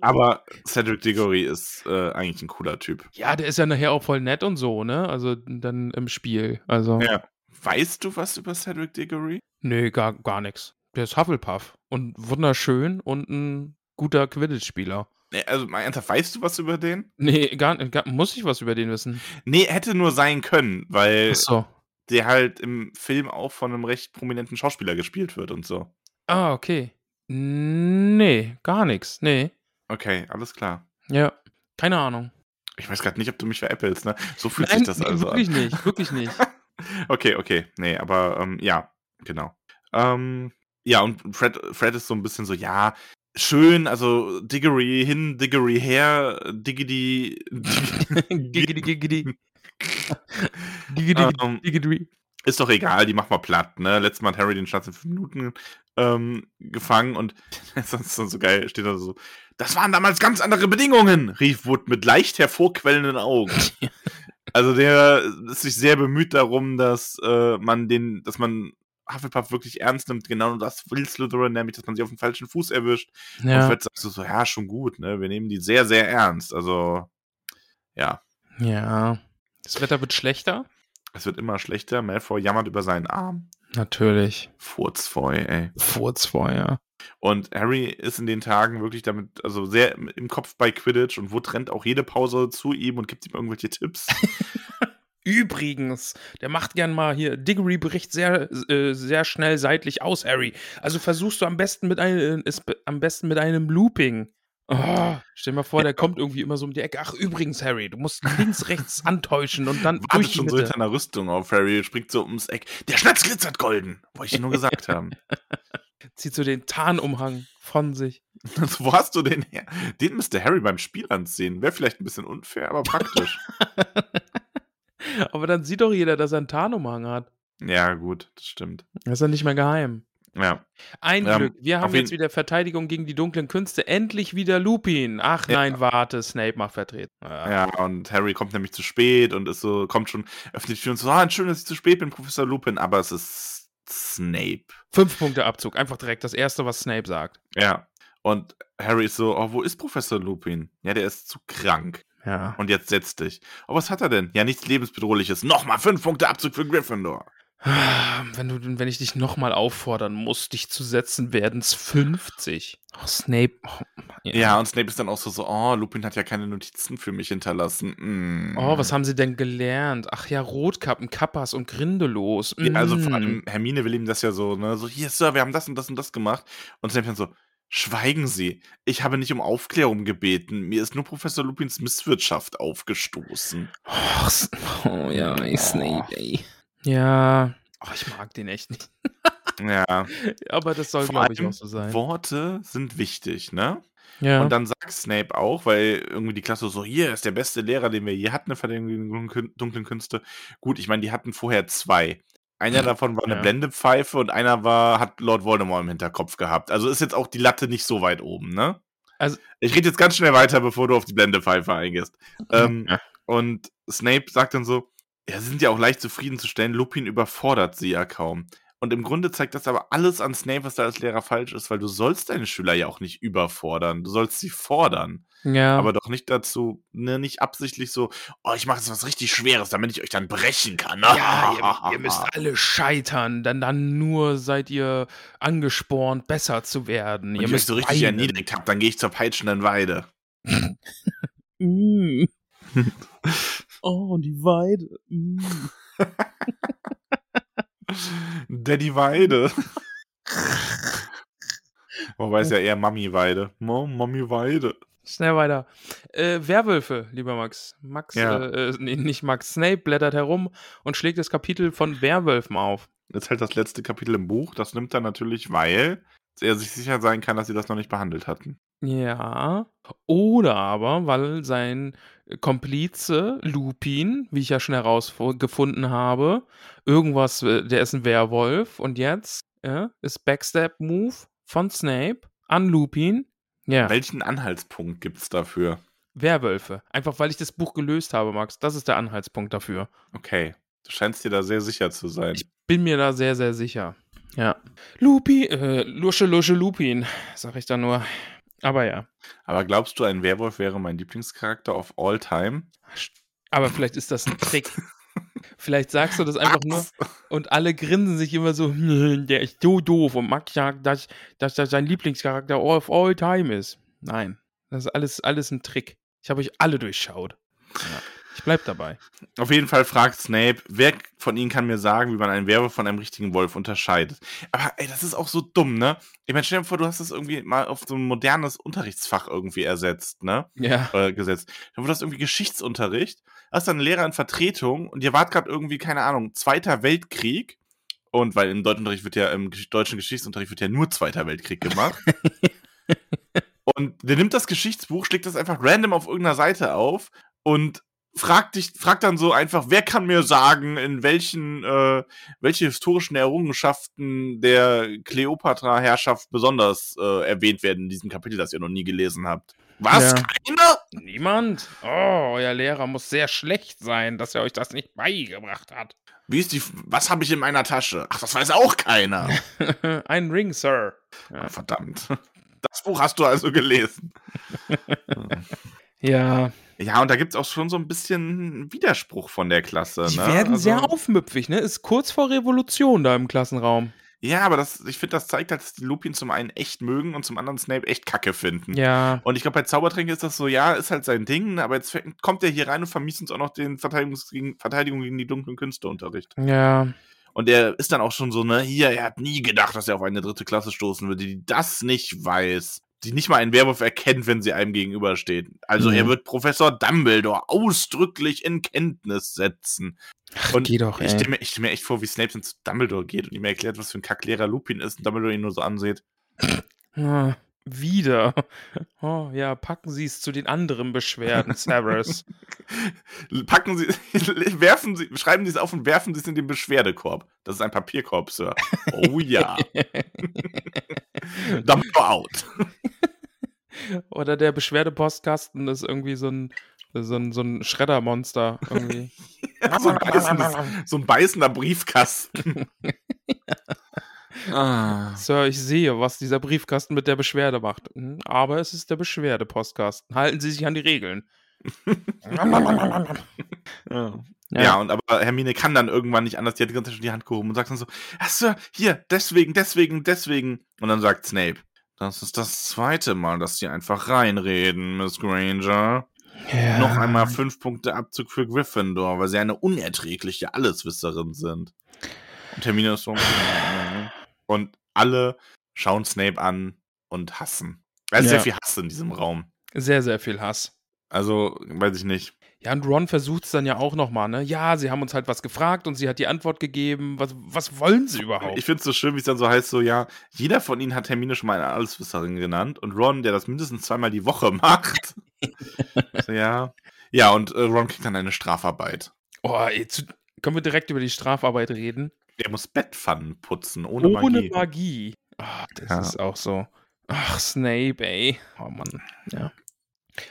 [SPEAKER 2] Aber Cedric Diggory ist äh, eigentlich ein cooler Typ.
[SPEAKER 1] Ja, der ist ja nachher auch voll nett und so, ne? Also dann im Spiel. Also,
[SPEAKER 2] Ja. Weißt du was über Cedric Diggory?
[SPEAKER 1] nee, gar, gar nix. Der ist Hufflepuff und wunderschön und ein guter Quidditch-Spieler.
[SPEAKER 2] Nee, also mal ernsthaft, weißt du was über den?
[SPEAKER 1] Nee, gar, gar muss ich was über den wissen?
[SPEAKER 2] Nee, hätte nur sein können, weil
[SPEAKER 1] Ach so.
[SPEAKER 2] der halt im Film auch von einem recht prominenten Schauspieler gespielt wird und so.
[SPEAKER 1] Ah, okay. Nee, gar nix. Nee.
[SPEAKER 2] Okay, alles klar.
[SPEAKER 1] Ja. Keine Ahnung.
[SPEAKER 2] Ich weiß gerade nicht, ob du mich veräppelst, ne? So fühlt sich das
[SPEAKER 1] nee,
[SPEAKER 2] also
[SPEAKER 1] wirklich
[SPEAKER 2] an.
[SPEAKER 1] nicht, wirklich nicht.
[SPEAKER 2] Okay, okay. Nee, aber ähm, ja, genau. Ähm, ja, und Fred, Fred ist so ein bisschen so, ja, schön, also Diggory hin, Diggory her, Diggity.
[SPEAKER 1] giggity, giggity. giggity,
[SPEAKER 2] ähm,
[SPEAKER 1] giggity.
[SPEAKER 2] ist doch egal, die machen wir platt, ne? Letztes Mal hat Harry den Schatz in fünf Minuten ähm, gefangen und das ist dann so geil, steht da so, das waren damals ganz andere Bedingungen, rief Wood mit leicht hervorquellenden Augen. also der ist sich sehr bemüht darum, dass äh, man den, dass man Hufflepuff wirklich ernst nimmt, genau das will Slytherin, nämlich, dass man sie auf den falschen Fuß erwischt. Und
[SPEAKER 1] Ja.
[SPEAKER 2] Fred sagt so, so, ja, schon gut, ne? Wir nehmen die sehr, sehr ernst. Also, ja.
[SPEAKER 1] ja. Das Wetter wird schlechter?
[SPEAKER 2] Es wird immer schlechter. Malfoy jammert über seinen Arm.
[SPEAKER 1] Natürlich.
[SPEAKER 2] Furzfeu, ey.
[SPEAKER 1] Furzfeuer.
[SPEAKER 2] Und Harry ist in den Tagen wirklich damit, also sehr im- im Kopf bei Quidditch und Wood rennt auch jede Pause zu ihm und gibt ihm irgendwelche Tipps.
[SPEAKER 1] Übrigens, der macht gern mal hier. Diggory bricht sehr, äh, sehr schnell seitlich aus, Harry. Also versuchst du am besten mit einem, ist be- am besten mit einem Looping. Oh, stell dir mal vor, der kommt irgendwie immer so um die Ecke. Ach, übrigens, Harry, du musst links, rechts antäuschen und dann durch
[SPEAKER 2] Wartet
[SPEAKER 1] die
[SPEAKER 2] schon so
[SPEAKER 1] Mitte.
[SPEAKER 2] hinter einer Rüstung auf Harry, springt so ums Eck. Der Schnatz glitzert golden, wollte ich dir nur gesagt haben.
[SPEAKER 1] Zieht so den Tarnumhang von sich.
[SPEAKER 2] Also, wo hast du den her? Den müsste Harry beim Spiel anziehen. Wäre vielleicht ein bisschen unfair, aber praktisch.
[SPEAKER 1] Aber dann sieht doch jeder, dass er einen Tarnumhang hat.
[SPEAKER 2] ja, gut, das stimmt.
[SPEAKER 1] Das ist ja nicht mehr geheim.
[SPEAKER 2] Ja.
[SPEAKER 1] Ein
[SPEAKER 2] Ähm,
[SPEAKER 1] Glück. Wir
[SPEAKER 2] auf
[SPEAKER 1] haben
[SPEAKER 2] jeden-
[SPEAKER 1] jetzt wieder Verteidigung gegen die dunklen Künste. Endlich wieder Lupin. Ach
[SPEAKER 2] Ja.
[SPEAKER 1] nein, warte. Snape macht vertreten. Ja.
[SPEAKER 2] Ja, und Harry kommt nämlich zu spät und ist so, kommt schon, öffnet die Tür und so, ah, schön, dass ich zu spät bin, Professor Lupin, aber es ist Snape.
[SPEAKER 1] Fünf Punkte Abzug. Einfach direkt das Erste, was Snape sagt.
[SPEAKER 2] Ja. Und Harry ist so, oh, wo ist Professor Lupin? Ja, der ist zu krank.
[SPEAKER 1] Ja.
[SPEAKER 2] Und jetzt setz dich. Oh, was hat er denn? Ja, nichts Lebensbedrohliches. Nochmal fünf Punkte Abzug für Gryffindor.
[SPEAKER 1] Wenn, du, wenn ich dich nochmal auffordern muss, dich zu setzen, werden es 50. Oh, Snape. Oh, Mann.
[SPEAKER 2] Ja, und Snape ist dann auch so, so oh, Lupin hat ja keine Notizen für mich hinterlassen. Mm.
[SPEAKER 1] Oh, was haben sie denn gelernt? Ach ja, Rotkappen, Kappas und Grindelos.
[SPEAKER 2] Ja, also vor
[SPEAKER 1] Mm.
[SPEAKER 2] allem Hermine will ihm das ja so, ne, so, hier, Sir, wir haben das und das und das gemacht. Und Snape dann so, schweigen Sie, ich habe nicht um Aufklärung gebeten, mir ist nur Professor Lupins Misswirtschaft aufgestoßen.
[SPEAKER 1] Och, S- oh ja, ey, Snape, ey. Ja. Oh, ich mag den echt nicht.
[SPEAKER 2] Ja,
[SPEAKER 1] Aber das soll,
[SPEAKER 2] Vor
[SPEAKER 1] glaube ich,
[SPEAKER 2] allem
[SPEAKER 1] auch so sein.
[SPEAKER 2] Worte sind wichtig, ne?
[SPEAKER 1] ja.
[SPEAKER 2] Und dann sagt Snape auch, weil irgendwie die Klasse so, hier ist der beste Lehrer, den wir je hatten, eine Verteidigung gegen Kün- dunklen Künste. Gut, ich meine, die hatten vorher zwei. Einer davon war eine
[SPEAKER 1] Mhm. Ja.
[SPEAKER 2] Blendepfeife und einer war, hat Lord Voldemort im Hinterkopf gehabt. Also ist jetzt auch die Latte nicht so weit oben, ne?
[SPEAKER 1] Also-
[SPEAKER 2] ich rede jetzt ganz schnell weiter, bevor du auf die Blendepfeife eingehst. Ähm,
[SPEAKER 1] Ja.
[SPEAKER 2] Und Snape sagt dann so, ja, sie sind ja auch leicht zufriedenzustellen, Lupin überfordert sie ja kaum. Und im Grunde zeigt das aber alles an Snape, was da als Lehrer falsch ist, weil du sollst deine Schüler ja auch nicht überfordern. Du sollst sie fordern,
[SPEAKER 1] ja.
[SPEAKER 2] aber doch nicht dazu, ne, nicht absichtlich so, oh, ich mache jetzt was richtig Schweres, damit ich euch dann brechen kann.
[SPEAKER 1] Ja, ihr, ihr müsst alle scheitern, denn dann nur seid ihr angespornt, besser zu werden.
[SPEAKER 2] Und
[SPEAKER 1] ihr
[SPEAKER 2] ihr
[SPEAKER 1] müsst
[SPEAKER 2] müsst so richtig
[SPEAKER 1] weinen.
[SPEAKER 2] erniedrigt habt, dann gehe ich zur peitschenden Weide.
[SPEAKER 1] Mm. oh, die Weide. Mm.
[SPEAKER 2] Daddy Weide. Wobei es ja eher Mami Weide. Mom, Mami Weide.
[SPEAKER 1] Schnell weiter. Äh, Werwölfe, lieber Max. Max,
[SPEAKER 2] Ja.
[SPEAKER 1] äh, äh, nee, nicht Max. Snape blättert herum und schlägt das Kapitel von Werwölfen auf.
[SPEAKER 2] Das ist halt das letzte Kapitel im Buch. Das nimmt er natürlich, weil er sich sicher sein kann, dass sie das noch nicht behandelt hatten.
[SPEAKER 1] Ja. Oder aber, weil sein Komplize Lupin, wie ich ja schon herausgefunden habe, irgendwas, äh, der ist ein Werwolf und jetzt äh, ist Backstab-Move von Snape an Lupin. Ja,
[SPEAKER 2] Welchen Anhaltspunkt gibt es dafür?
[SPEAKER 1] Werwölfe. Einfach weil ich das Buch gelöst habe, Max. Das ist der Anhaltspunkt dafür.
[SPEAKER 2] Okay. Du scheinst dir da sehr sicher zu sein.
[SPEAKER 1] Ich bin mir da sehr, sehr sicher. Ja. Lupi, äh, Lusche, Lusche, Lupin, sag ich da nur. Aber ja.
[SPEAKER 2] Aber glaubst du, ein Werwolf wäre mein Lieblingscharakter of all time?
[SPEAKER 1] Aber vielleicht ist das ein Trick. vielleicht sagst du das einfach nur und alle grinsen sich immer so, "Hm, der ist so doof und Max sagt, dass, dass das sein Lieblingscharakter of all time ist. Nein. Das ist alles, alles ein Trick. Ich habe euch alle durchschaut. Ja. Ich bleib dabei.
[SPEAKER 2] Auf jeden Fall fragt Snape, wer von Ihnen kann mir sagen, wie man einen Werwolf von einem richtigen Wolf unterscheidet? Aber ey, das ist auch so dumm, ne? Ich meine, stell dir vor, du hast das irgendwie mal auf so ein modernes Unterrichtsfach irgendwie ersetzt, ne?
[SPEAKER 1] Ja.
[SPEAKER 2] äh, gesetzt. Dann wurde das irgendwie Geschichtsunterricht, hast dann einen Lehrer in Vertretung und ihr wart gerade irgendwie, keine Ahnung, Zweiter Weltkrieg. Und weil im Deutschunterricht wird ja, im Gesch- deutschen Geschichtsunterricht wird ja nur Zweiter Weltkrieg gemacht. und der nimmt das Geschichtsbuch, schlägt das einfach random auf irgendeiner Seite auf und fragt dich, fragt dann so einfach, wer kann mir sagen, in welchen, äh, welche historischen Errungenschaften der Kleopatra-Herrschaft besonders äh, erwähnt werden in diesem Kapitel, das ihr noch nie gelesen habt. Was?
[SPEAKER 1] Ja.
[SPEAKER 2] Keiner?
[SPEAKER 1] Niemand? Oh, euer Lehrer muss sehr schlecht sein, dass er euch das nicht beigebracht hat.
[SPEAKER 2] Wie ist die, was habe ich in meiner Tasche? Ach, das weiß auch keiner.
[SPEAKER 1] Ein Ring, Sir.
[SPEAKER 2] Verdammt. Das Buch hast du also gelesen.
[SPEAKER 1] Ja.
[SPEAKER 2] Ja, und da gibt es auch schon so ein bisschen Widerspruch von der Klasse.
[SPEAKER 1] Die
[SPEAKER 2] ne?
[SPEAKER 1] werden
[SPEAKER 2] also,
[SPEAKER 1] sehr aufmüpfig, ne? Ist kurz vor Revolution da im Klassenraum.
[SPEAKER 2] Ja, aber das, ich finde, das zeigt halt, dass die Lupin zum einen echt mögen und zum anderen Snape echt kacke finden.
[SPEAKER 1] Ja.
[SPEAKER 2] Und ich glaube, bei Zaubertränke ist das so, ja, ist halt sein Ding, aber jetzt fängt- kommt der hier rein und vermisst uns auch noch den Verteidigungs gegen, Verteidigung gegen die dunklen Künste Unterricht.
[SPEAKER 1] Ja.
[SPEAKER 2] Und er ist dann auch schon so, ne, hier, er hat nie gedacht, dass er auf eine dritte Klasse stoßen würde, die das nicht weiß. Die nicht mal einen Werwolf erkennt, wenn sie einem gegenübersteht. Also
[SPEAKER 1] Mhm.
[SPEAKER 2] er wird Professor Dumbledore ausdrücklich in Kenntnis setzen. und
[SPEAKER 1] geh doch,
[SPEAKER 2] ich
[SPEAKER 1] ey.
[SPEAKER 2] stelle mir, ich stell mir echt vor, wie Snape dann zu Dumbledore geht und ihm erklärt, was für ein Kacklehrer Lupin ist und Dumbledore ihn nur so ansieht.
[SPEAKER 1] Ja. Wieder. Oh ja, packen Sie es zu den anderen Beschwerden, Severus.
[SPEAKER 2] Packen Sie, werfen Sie, schreiben Sie es auf und werfen Sie es in den Beschwerdekorb. Das ist ein Papierkorb, Sir. Oh ja. Dump out.
[SPEAKER 1] Oder der Beschwerdepostkasten ist irgendwie so ein, so ein, so ein Schreddermonster. Irgendwie.
[SPEAKER 2] so, ein beißendes- so ein beißender Briefkasten. ah.
[SPEAKER 1] Sir, ich sehe, was dieser Briefkasten mit der Beschwerde macht. Hm, Aber es ist der Beschwerdepostkasten. Halten Sie sich an die Regeln.
[SPEAKER 2] ja.
[SPEAKER 1] Ja.
[SPEAKER 2] ja, und aber Hermine kann dann irgendwann nicht anders. Die hat die ganze Zeit schon die Hand gehoben und sagt dann so: Ach, Sir, hier, deswegen, deswegen, deswegen. Und dann sagt Snape: Das ist das zweite Mal, dass Sie einfach reinreden, Miss Granger. Noch einmal fünf Punkte Abzug für Gryffindor, weil Sie eine unerträgliche Alleswisserin sind. Und Hermine ist so. "Mhm, und alle schauen Snape an und hassen. Da ist
[SPEAKER 1] Ja.
[SPEAKER 2] sehr viel Hass in diesem Raum.
[SPEAKER 1] Sehr, sehr viel Hass.
[SPEAKER 2] Also, weiß ich nicht.
[SPEAKER 1] Ja, und Ron versucht es dann ja auch nochmal, ne? Ja, sie haben uns halt was gefragt und sie hat die Antwort gegeben. Was, was wollen sie überhaupt?
[SPEAKER 2] Ich finde es so schön, wie es dann so heißt, so ja, jeder von ihnen hat Hermine schon mal eine Alleswisserin genannt und Ron, der das mindestens zweimal die Woche macht. so, ja. Ja, und äh, Ron kriegt dann eine Strafarbeit.
[SPEAKER 1] oh, ey, zu, können wir direkt über die Strafarbeit reden?
[SPEAKER 2] Der muss Bettpfannen putzen, ohne,
[SPEAKER 1] Ohne,
[SPEAKER 2] Magie.
[SPEAKER 1] Magie. Ach, das
[SPEAKER 2] Ja.
[SPEAKER 1] ist auch so. Ach, Snape, ey. Oh Mann. Ja.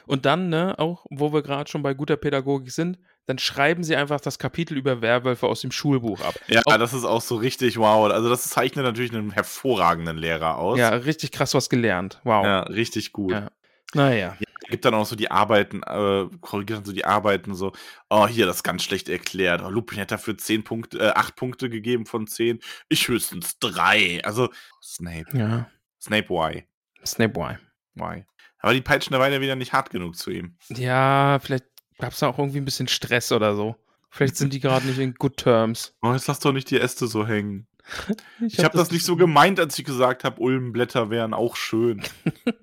[SPEAKER 1] Und dann, ne, auch, wo wir gerade schon bei guter Pädagogik sind, dann schreiben sie einfach das Kapitel über Werwölfe aus dem Schulbuch ab.
[SPEAKER 2] Ja, das ist auch so richtig wow. Also das zeichnet natürlich einen hervorragenden Lehrer aus.
[SPEAKER 1] Ja, richtig krass was gelernt. Wow.
[SPEAKER 2] Ja, richtig gut.
[SPEAKER 1] Ja. Naja.
[SPEAKER 2] gibt dann auch so die Arbeiten, äh, korrigiert dann so die Arbeiten, so, oh, hier, das ist ganz schlecht erklärt. Oh, Lupin hätte dafür zehn Punkte, äh, 8 Punkte gegeben von 10. Ich höchstens 3. Also, Snape.
[SPEAKER 1] Ja.
[SPEAKER 2] Snape, why?
[SPEAKER 1] Snape, why?
[SPEAKER 2] Why? Aber die peitschen da weiter wieder nicht hart genug zu ihm.
[SPEAKER 1] Ja, vielleicht gab es da auch irgendwie ein bisschen Stress oder so. Vielleicht sind die gerade nicht in good terms.
[SPEAKER 2] Oh, jetzt lass doch nicht die Äste so hängen. Ich
[SPEAKER 1] hab
[SPEAKER 2] habe hab das nicht so gemeint, als ich gesagt habe, Ulmenblätter wären auch schön.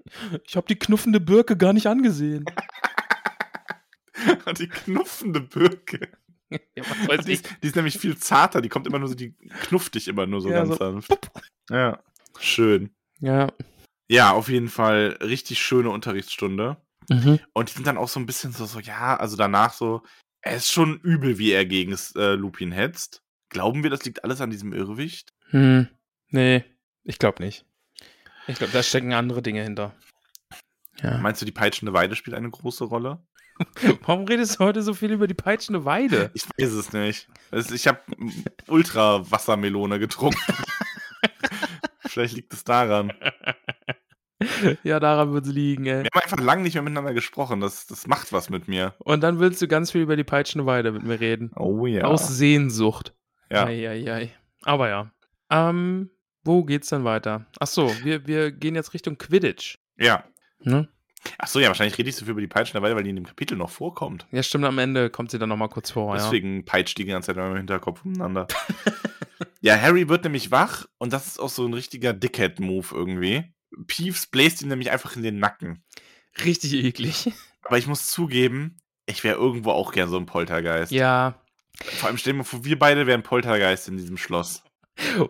[SPEAKER 1] Ich habe die knuffende Birke gar nicht angesehen.
[SPEAKER 2] die knuffende Birke.
[SPEAKER 1] ja, was weiß
[SPEAKER 2] Die
[SPEAKER 1] ich.
[SPEAKER 2] ist, die ist nämlich viel zarter, die kommt immer nur so, die knufft dich immer nur so
[SPEAKER 1] Ja,
[SPEAKER 2] ganz
[SPEAKER 1] so,
[SPEAKER 2] sanft. Ja, schön.
[SPEAKER 1] Ja.
[SPEAKER 2] Ja, auf jeden Fall richtig schöne Unterrichtsstunde.
[SPEAKER 1] Mhm.
[SPEAKER 2] Und die sind dann auch so ein bisschen so, so ja, also danach so, er ist schon übel, wie er gegen äh, Lupin hetzt. Glauben wir, das liegt alles an diesem Irrwicht?
[SPEAKER 1] Hm. Nee, ich glaube nicht. Ich glaube, da stecken andere Dinge hinter. Ja.
[SPEAKER 2] Meinst du, die peitschende Weide spielt eine große Rolle?
[SPEAKER 1] Warum redest du heute so viel über die peitschende Weide?
[SPEAKER 2] Ich weiß es nicht. Es- Ich habe Ultra-Wassermelone getrunken. Vielleicht liegt es daran. Wir
[SPEAKER 1] ja, daran wird es liegen, ey.
[SPEAKER 2] haben einfach lange nicht mehr miteinander gesprochen. Das, das macht was mit mir.
[SPEAKER 1] Und dann willst du ganz viel über die peitschende Weide mit mir reden.
[SPEAKER 2] Oh ja.
[SPEAKER 1] Aus Sehnsucht.
[SPEAKER 2] ja.
[SPEAKER 1] Ei, ei, ei. Aber ja. Ähm, wo geht's denn weiter? Ach so, wir, wir gehen jetzt Richtung Quidditch.
[SPEAKER 2] ja.
[SPEAKER 1] Ne?
[SPEAKER 2] Achso, ja, wahrscheinlich rede ich so viel über die peitschende Weide, weil die in dem Kapitel noch vorkommt.
[SPEAKER 1] Ja, stimmt, am Ende kommt sie dann nochmal kurz
[SPEAKER 2] Oh
[SPEAKER 1] vor.
[SPEAKER 2] Deswegen peitscht die ganze Zeit immer im Hinterkopf umeinander. ja, Harry wird nämlich wach und das ist auch so ein richtiger Dickhead-Move irgendwie. Peeves bläst ihm nämlich einfach in den Nacken.
[SPEAKER 1] ja. Richtig eklig.
[SPEAKER 2] Aber ich muss zugeben, ich wäre irgendwo auch gern so ein Poltergeist.
[SPEAKER 1] Ja.
[SPEAKER 2] Vor allem stell dir mal vor, wir beide wären Poltergeist in diesem Schloss.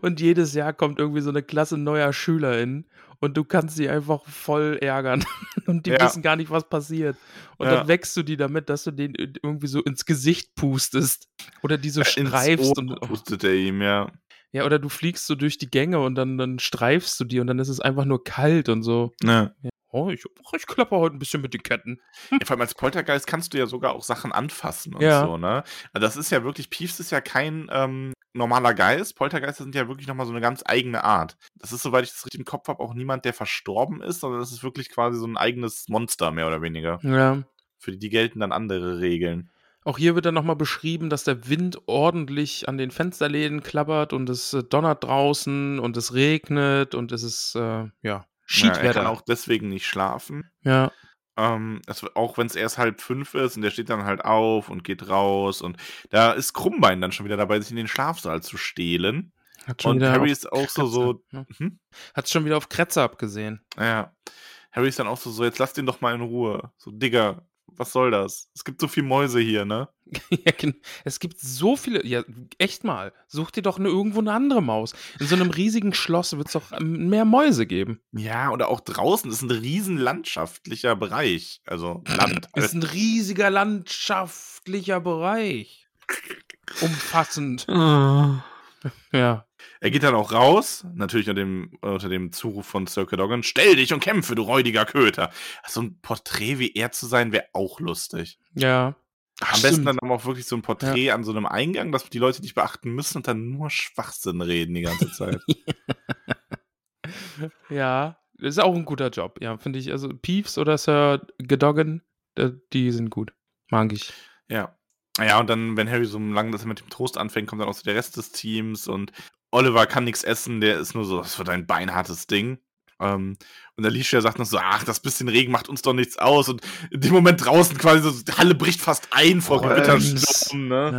[SPEAKER 1] Und jedes Jahr kommt irgendwie so eine Klasse neuer SchülerInnen und du kannst sie einfach voll ärgern. Und die
[SPEAKER 2] Ja.
[SPEAKER 1] wissen gar nicht, was passiert. Und
[SPEAKER 2] Ja.
[SPEAKER 1] dann wächst du die damit, dass du denen irgendwie so ins Gesicht pustest. Oder die so
[SPEAKER 2] Ins
[SPEAKER 1] streifst.
[SPEAKER 2] Ohr
[SPEAKER 1] Und,
[SPEAKER 2] pustet er ihm, ja.
[SPEAKER 1] ja, oder du fliegst so durch die Gänge und dann, dann streifst du die und dann ist es einfach nur kalt und so.
[SPEAKER 2] ja.
[SPEAKER 1] Oh, ich, oh, ich klappe heute ein bisschen mit den Ketten.
[SPEAKER 2] Vor allem als Poltergeist kannst du ja sogar auch Sachen anfassen und
[SPEAKER 1] Ja.
[SPEAKER 2] so, ne? Also das ist ja wirklich, Peeves ist ja kein ähm, normaler Geist. Poltergeister sind ja wirklich nochmal so eine ganz eigene Art. Das ist, soweit ich das richtig im Kopf habe, auch niemand, der verstorben ist, sondern das ist wirklich quasi so ein eigenes Monster, mehr oder weniger.
[SPEAKER 1] Ja.
[SPEAKER 2] Für die gelten dann andere Regeln.
[SPEAKER 1] Auch hier wird dann nochmal beschrieben, dass der Wind ordentlich an den Fensterläden klappert und es äh, donnert draußen und es regnet und es ist, äh, ja,
[SPEAKER 2] Ja, er kann
[SPEAKER 1] Schiedwetter.
[SPEAKER 2] auch deswegen nicht schlafen.
[SPEAKER 1] Ja,
[SPEAKER 2] Ähm, es, auch wenn es erst halb fünf ist und der steht dann halt auf und geht raus und da ist Krummbein dann schon wieder dabei, sich in den Schlafsaal zu stehlen.
[SPEAKER 1] hat schon
[SPEAKER 2] Und
[SPEAKER 1] wieder
[SPEAKER 2] Harry
[SPEAKER 1] auf,
[SPEAKER 2] ist auch so, so
[SPEAKER 1] Kratzer,
[SPEAKER 2] hm?
[SPEAKER 1] hat schon wieder auf Kretzer abgesehen.
[SPEAKER 2] Ja. Harry ist dann auch so, so jetzt lass den doch mal in Ruhe. So, Digga, Was soll das? Es gibt so viel Mäuse hier, ne?
[SPEAKER 1] Ja, gen- es gibt so viele. Ja, echt mal. Such dir doch ne- irgendwo eine andere Maus. In so einem riesigen Schloss wird es doch ähm, mehr Mäuse geben.
[SPEAKER 2] Ja, oder auch draußen ist ein riesen landschaftlicher Bereich. Also Land.
[SPEAKER 1] Das ist ein riesiger landschaftlicher Bereich. Umfassend. Ja.
[SPEAKER 2] er geht dann auch raus, natürlich unter dem, unter dem Zuruf von Circle Doggan. Stell dich und kämpfe, du räudiger Köter. So ein Porträt wie er zu sein, wäre auch lustig.
[SPEAKER 1] Ja.
[SPEAKER 2] Am besten dann aber auch wirklich so ein Porträt an so einem Eingang, dass die Leute dich beachten müssen und dann nur Schwachsinn reden die ganze Zeit.
[SPEAKER 1] Ja. Das ist auch ein guter Job. Ja, finde ich. Also Peeves oder Sir Gedogan, äh, die sind gut. Mag ich.
[SPEAKER 2] Ja. Ja, und dann, wenn Harry so lange, dass er mit dem Toast anfängt, kommt dann auch so der Rest des Teams und Oliver kann nichts essen, der ist nur so, das wird ein beinhartes Ding. Ähm, und Alicia sagt noch so, ach, das bisschen Regen macht uns doch nichts aus. Und in dem Moment draußen quasi so, die Halle bricht fast ein vor
[SPEAKER 1] Brums.
[SPEAKER 2] Gewittersturm, ne?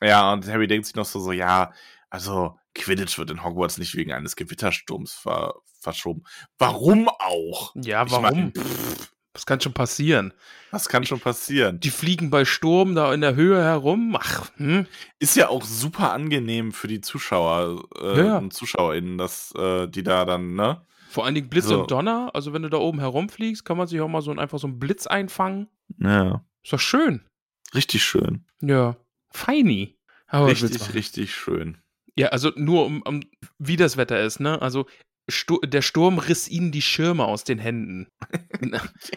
[SPEAKER 1] Ja.
[SPEAKER 2] Ja, und Harry denkt sich noch so, so, ja, also Quidditch wird in Hogwarts nicht wegen eines Gewittersturms ver verschoben. Warum auch?
[SPEAKER 1] Ja,
[SPEAKER 2] Ich
[SPEAKER 1] warum?
[SPEAKER 2] mein,
[SPEAKER 1] Das kann schon passieren.
[SPEAKER 2] Das kann schon passieren.
[SPEAKER 1] Die fliegen bei Sturm da in der Höhe herum. Ach, hm?
[SPEAKER 2] Ist ja auch super angenehm für die Zuschauer äh,
[SPEAKER 1] Ja, ja.
[SPEAKER 2] und ZuschauerInnen, dass äh, die da dann, ne?
[SPEAKER 1] Vor allen Dingen Blitz
[SPEAKER 2] So.
[SPEAKER 1] und Donner. Also wenn du da oben herumfliegst, kann man sich auch mal so ein, einfach so einen Blitz einfangen.
[SPEAKER 2] Ja.
[SPEAKER 1] Ist doch schön.
[SPEAKER 2] Richtig schön.
[SPEAKER 1] Ja. Feini. Aber was willst du
[SPEAKER 2] richtig,
[SPEAKER 1] machen?
[SPEAKER 2] richtig schön.
[SPEAKER 1] Ja, also nur um, um wie das Wetter ist, ne? Also Stu der Sturm riss ihnen die Schirme aus den Händen.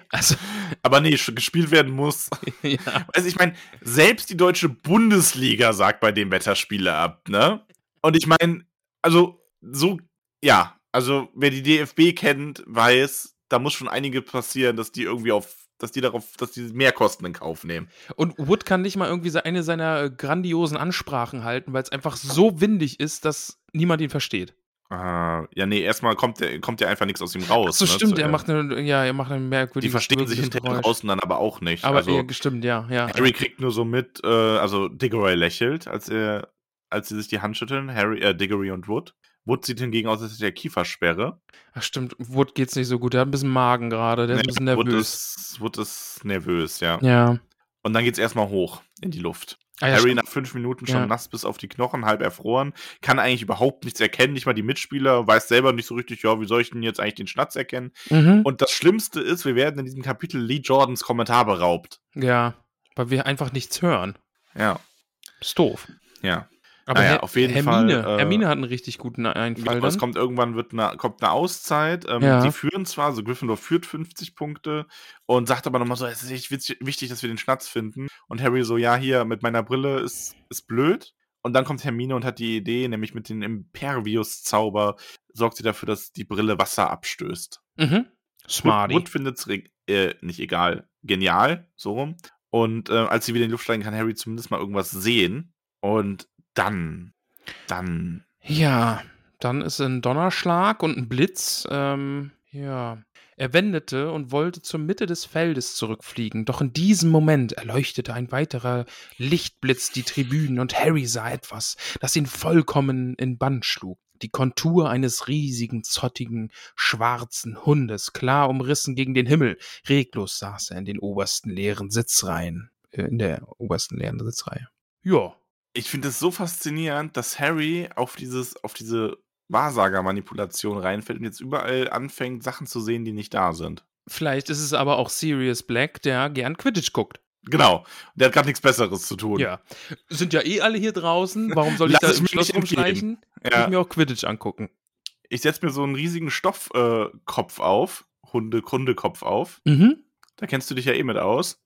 [SPEAKER 1] also,
[SPEAKER 2] Aber nee, sch- gespielt werden muss.
[SPEAKER 1] ja.
[SPEAKER 2] Also ich meine, selbst die deutsche Bundesliga sagt bei dem Wetterspiele ab, ne? Und ich meine, also so, ja, also wer die DFB kennt, weiß, da muss schon einige passieren, dass die irgendwie auf, dass die darauf, dass die Mehrkosten in Kauf nehmen.
[SPEAKER 1] Und Wood kann nicht mal irgendwie se- eine seiner äh, grandiosen Ansprachen halten, weil es einfach so windig ist, dass niemand ihn versteht.
[SPEAKER 2] Ah, ja, nee, erstmal kommt der, kommt ja einfach nichts aus ihm raus.
[SPEAKER 1] so
[SPEAKER 2] ne,
[SPEAKER 1] stimmt,
[SPEAKER 2] zu-
[SPEAKER 1] er macht eine, ja, er macht eine merkwürdige
[SPEAKER 2] Die verstehen sich hinterher draußen dann aber auch nicht.
[SPEAKER 1] Aber
[SPEAKER 2] also,
[SPEAKER 1] ja, stimmt, ja, ja.
[SPEAKER 2] Harry kriegt nur so mit, äh, also Diggory lächelt, als er, als sie sich die Hand schütteln, Harry, äh, Diggory und Wood. Wood sieht hingegen aus, als hätte er Kiefersperre.
[SPEAKER 1] Ach, stimmt, Wood geht's nicht so gut. Der hat ein bisschen Magen gerade,
[SPEAKER 2] Ne,
[SPEAKER 1] der ist ein bisschen
[SPEAKER 2] Wood
[SPEAKER 1] nervös.
[SPEAKER 2] ist, Wood ist nervös, ja.
[SPEAKER 1] Ja.
[SPEAKER 2] Und dann geht's erstmal hoch in die Luft.
[SPEAKER 1] Ah, ja,
[SPEAKER 2] Harry
[SPEAKER 1] stimmt.
[SPEAKER 2] nach fünf Minuten schon
[SPEAKER 1] Ja.
[SPEAKER 2] nass bis auf die Knochen, halb erfroren, kann eigentlich überhaupt nichts erkennen, nicht mal die Mitspieler, weiß selber nicht so richtig, ja, wie soll ich denn jetzt eigentlich den Schnatz erkennen?
[SPEAKER 1] mhm.
[SPEAKER 2] Und das Schlimmste ist, wir werden in diesem Kapitel Lee Jordans Kommentar beraubt.
[SPEAKER 1] Ja, weil wir einfach nichts hören.
[SPEAKER 2] Ja,
[SPEAKER 1] Ist doof.
[SPEAKER 2] ja.
[SPEAKER 1] Aber
[SPEAKER 2] Naja,
[SPEAKER 1] Her-
[SPEAKER 2] auf jeden
[SPEAKER 1] Hermine,
[SPEAKER 2] Fall, äh,
[SPEAKER 1] Hermine hat einen richtig guten Einfall.
[SPEAKER 2] Genau, es
[SPEAKER 1] Dann.
[SPEAKER 2] kommt irgendwann wird eine, kommt eine Auszeit. Ähm,
[SPEAKER 1] Ja.
[SPEAKER 2] Die führen zwar, also Gryffindor führt 50 Punkte und sagt aber nochmal so, es ist echt witzig- wichtig, dass wir den Schnatz finden. Und Harry so, ja, hier mit meiner Brille ist, ist blöd. Und dann kommt Hermine und hat die Idee, nämlich mit dem Impervious-Zauber sorgt sie dafür, dass die Brille Wasser abstößt.
[SPEAKER 1] Mhm.
[SPEAKER 2] Wood,
[SPEAKER 1] Smarty.
[SPEAKER 2] Wood findet es äh, nicht egal, genial, so rum. Und äh, als sie wieder in die Luft steigen, kann Harry zumindest mal irgendwas sehen. Und dann, dann
[SPEAKER 1] Ja, dann ist ein Donnerschlag und ein Blitz. Ähm, ja. Er wendete und wollte zur Mitte des Feldes zurückfliegen, doch in diesem Moment erleuchtete ein weiterer Lichtblitz die Tribünen und Harry sah etwas, das ihn vollkommen in Bann schlug. Die Kontur eines riesigen, zottigen, schwarzen Hundes, klar umrissen gegen den Himmel. Reglos saß er in den obersten leeren Sitzreihen. Äh, In der obersten leeren Sitzreihe. Ja.
[SPEAKER 2] ich finde es so faszinierend, dass Harry auf dieses, auf diese Wahrsagermanipulation reinfällt und jetzt überall anfängt, Sachen zu sehen, die nicht da sind.
[SPEAKER 1] Vielleicht ist es aber auch Sirius Black, der gern Quidditch guckt.
[SPEAKER 2] Genau. Der hat gerade nichts Besseres zu tun.
[SPEAKER 1] Ja. Sind ja eh alle hier draußen. Warum soll ich
[SPEAKER 2] Lass
[SPEAKER 1] da
[SPEAKER 2] es
[SPEAKER 1] im
[SPEAKER 2] mir
[SPEAKER 1] Schloss
[SPEAKER 2] nicht entgehen.
[SPEAKER 1] rumschleichen?
[SPEAKER 2] Ja.
[SPEAKER 1] Ich mir auch Quidditch angucken.
[SPEAKER 2] Ich setze mir so einen riesigen Stoffkopf äh, Kopf auf, Hunde, Hundekopf auf.
[SPEAKER 1] Mhm.
[SPEAKER 2] Da kennst du dich ja eh mit aus.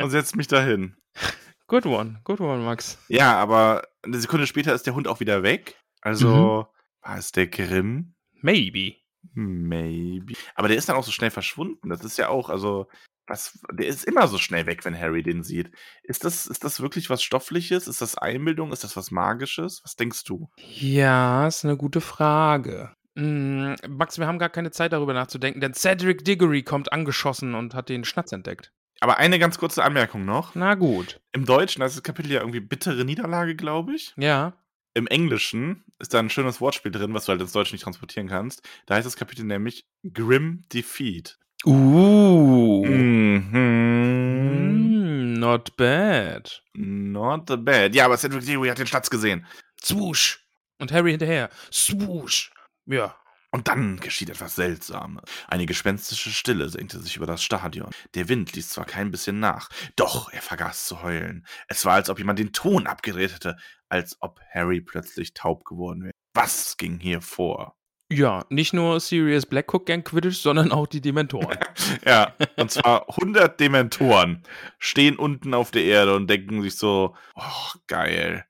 [SPEAKER 2] und setzt mich dahin.
[SPEAKER 1] Good one. Good one, Max.
[SPEAKER 2] Ja, aber eine Sekunde später ist der Hund auch wieder weg. Also
[SPEAKER 1] Mhm.
[SPEAKER 2] war es der Grimm?
[SPEAKER 1] Maybe.
[SPEAKER 2] Maybe. Aber der ist dann auch so schnell verschwunden. Das ist ja auch, also, was, der ist immer so schnell weg, wenn Harry den sieht. Ist das, ist das wirklich was Stoffliches? Ist das Einbildung? Ist das was Magisches? Was denkst du?
[SPEAKER 1] Ja, ist eine gute Frage. Mm, Max, wir haben gar keine Zeit darüber nachzudenken, denn Cedric Diggory kommt angeschossen und hat den Schnatz entdeckt.
[SPEAKER 2] Aber eine ganz kurze Anmerkung noch.
[SPEAKER 1] Na gut.
[SPEAKER 2] Im Deutschen heißt das Kapitel ja irgendwie bittere Niederlage, glaube ich.
[SPEAKER 1] Ja.
[SPEAKER 2] Im Englischen ist da ein schönes Wortspiel drin, was du halt ins Deutsche nicht transportieren kannst. Da heißt das Kapitel nämlich Grim Defeat.
[SPEAKER 1] Uh.
[SPEAKER 2] Mhm.
[SPEAKER 1] Mm, not bad.
[SPEAKER 2] Not the bad. Ja, aber Cedric Diggory hat den Schatz gesehen.
[SPEAKER 1] Swoosh. Und Harry hinterher. Swoosh. Ja.
[SPEAKER 2] Und dann geschieht etwas Seltsames. Eine gespenstische Stille senkte sich über das Stadion. Der Wind ließ zwar kein bisschen nach, doch er vergaß zu heulen. Es war, als ob jemand den Ton abgedreht hätte, als ob Harry plötzlich taub geworden wäre. Was ging hier vor?
[SPEAKER 1] Ja, nicht nur Sirius Black guckt gern Quidditch, sondern auch die Dementoren.
[SPEAKER 2] Ja, und zwar 100 Dementoren stehen unten auf der Erde und denken sich so, oh, geil.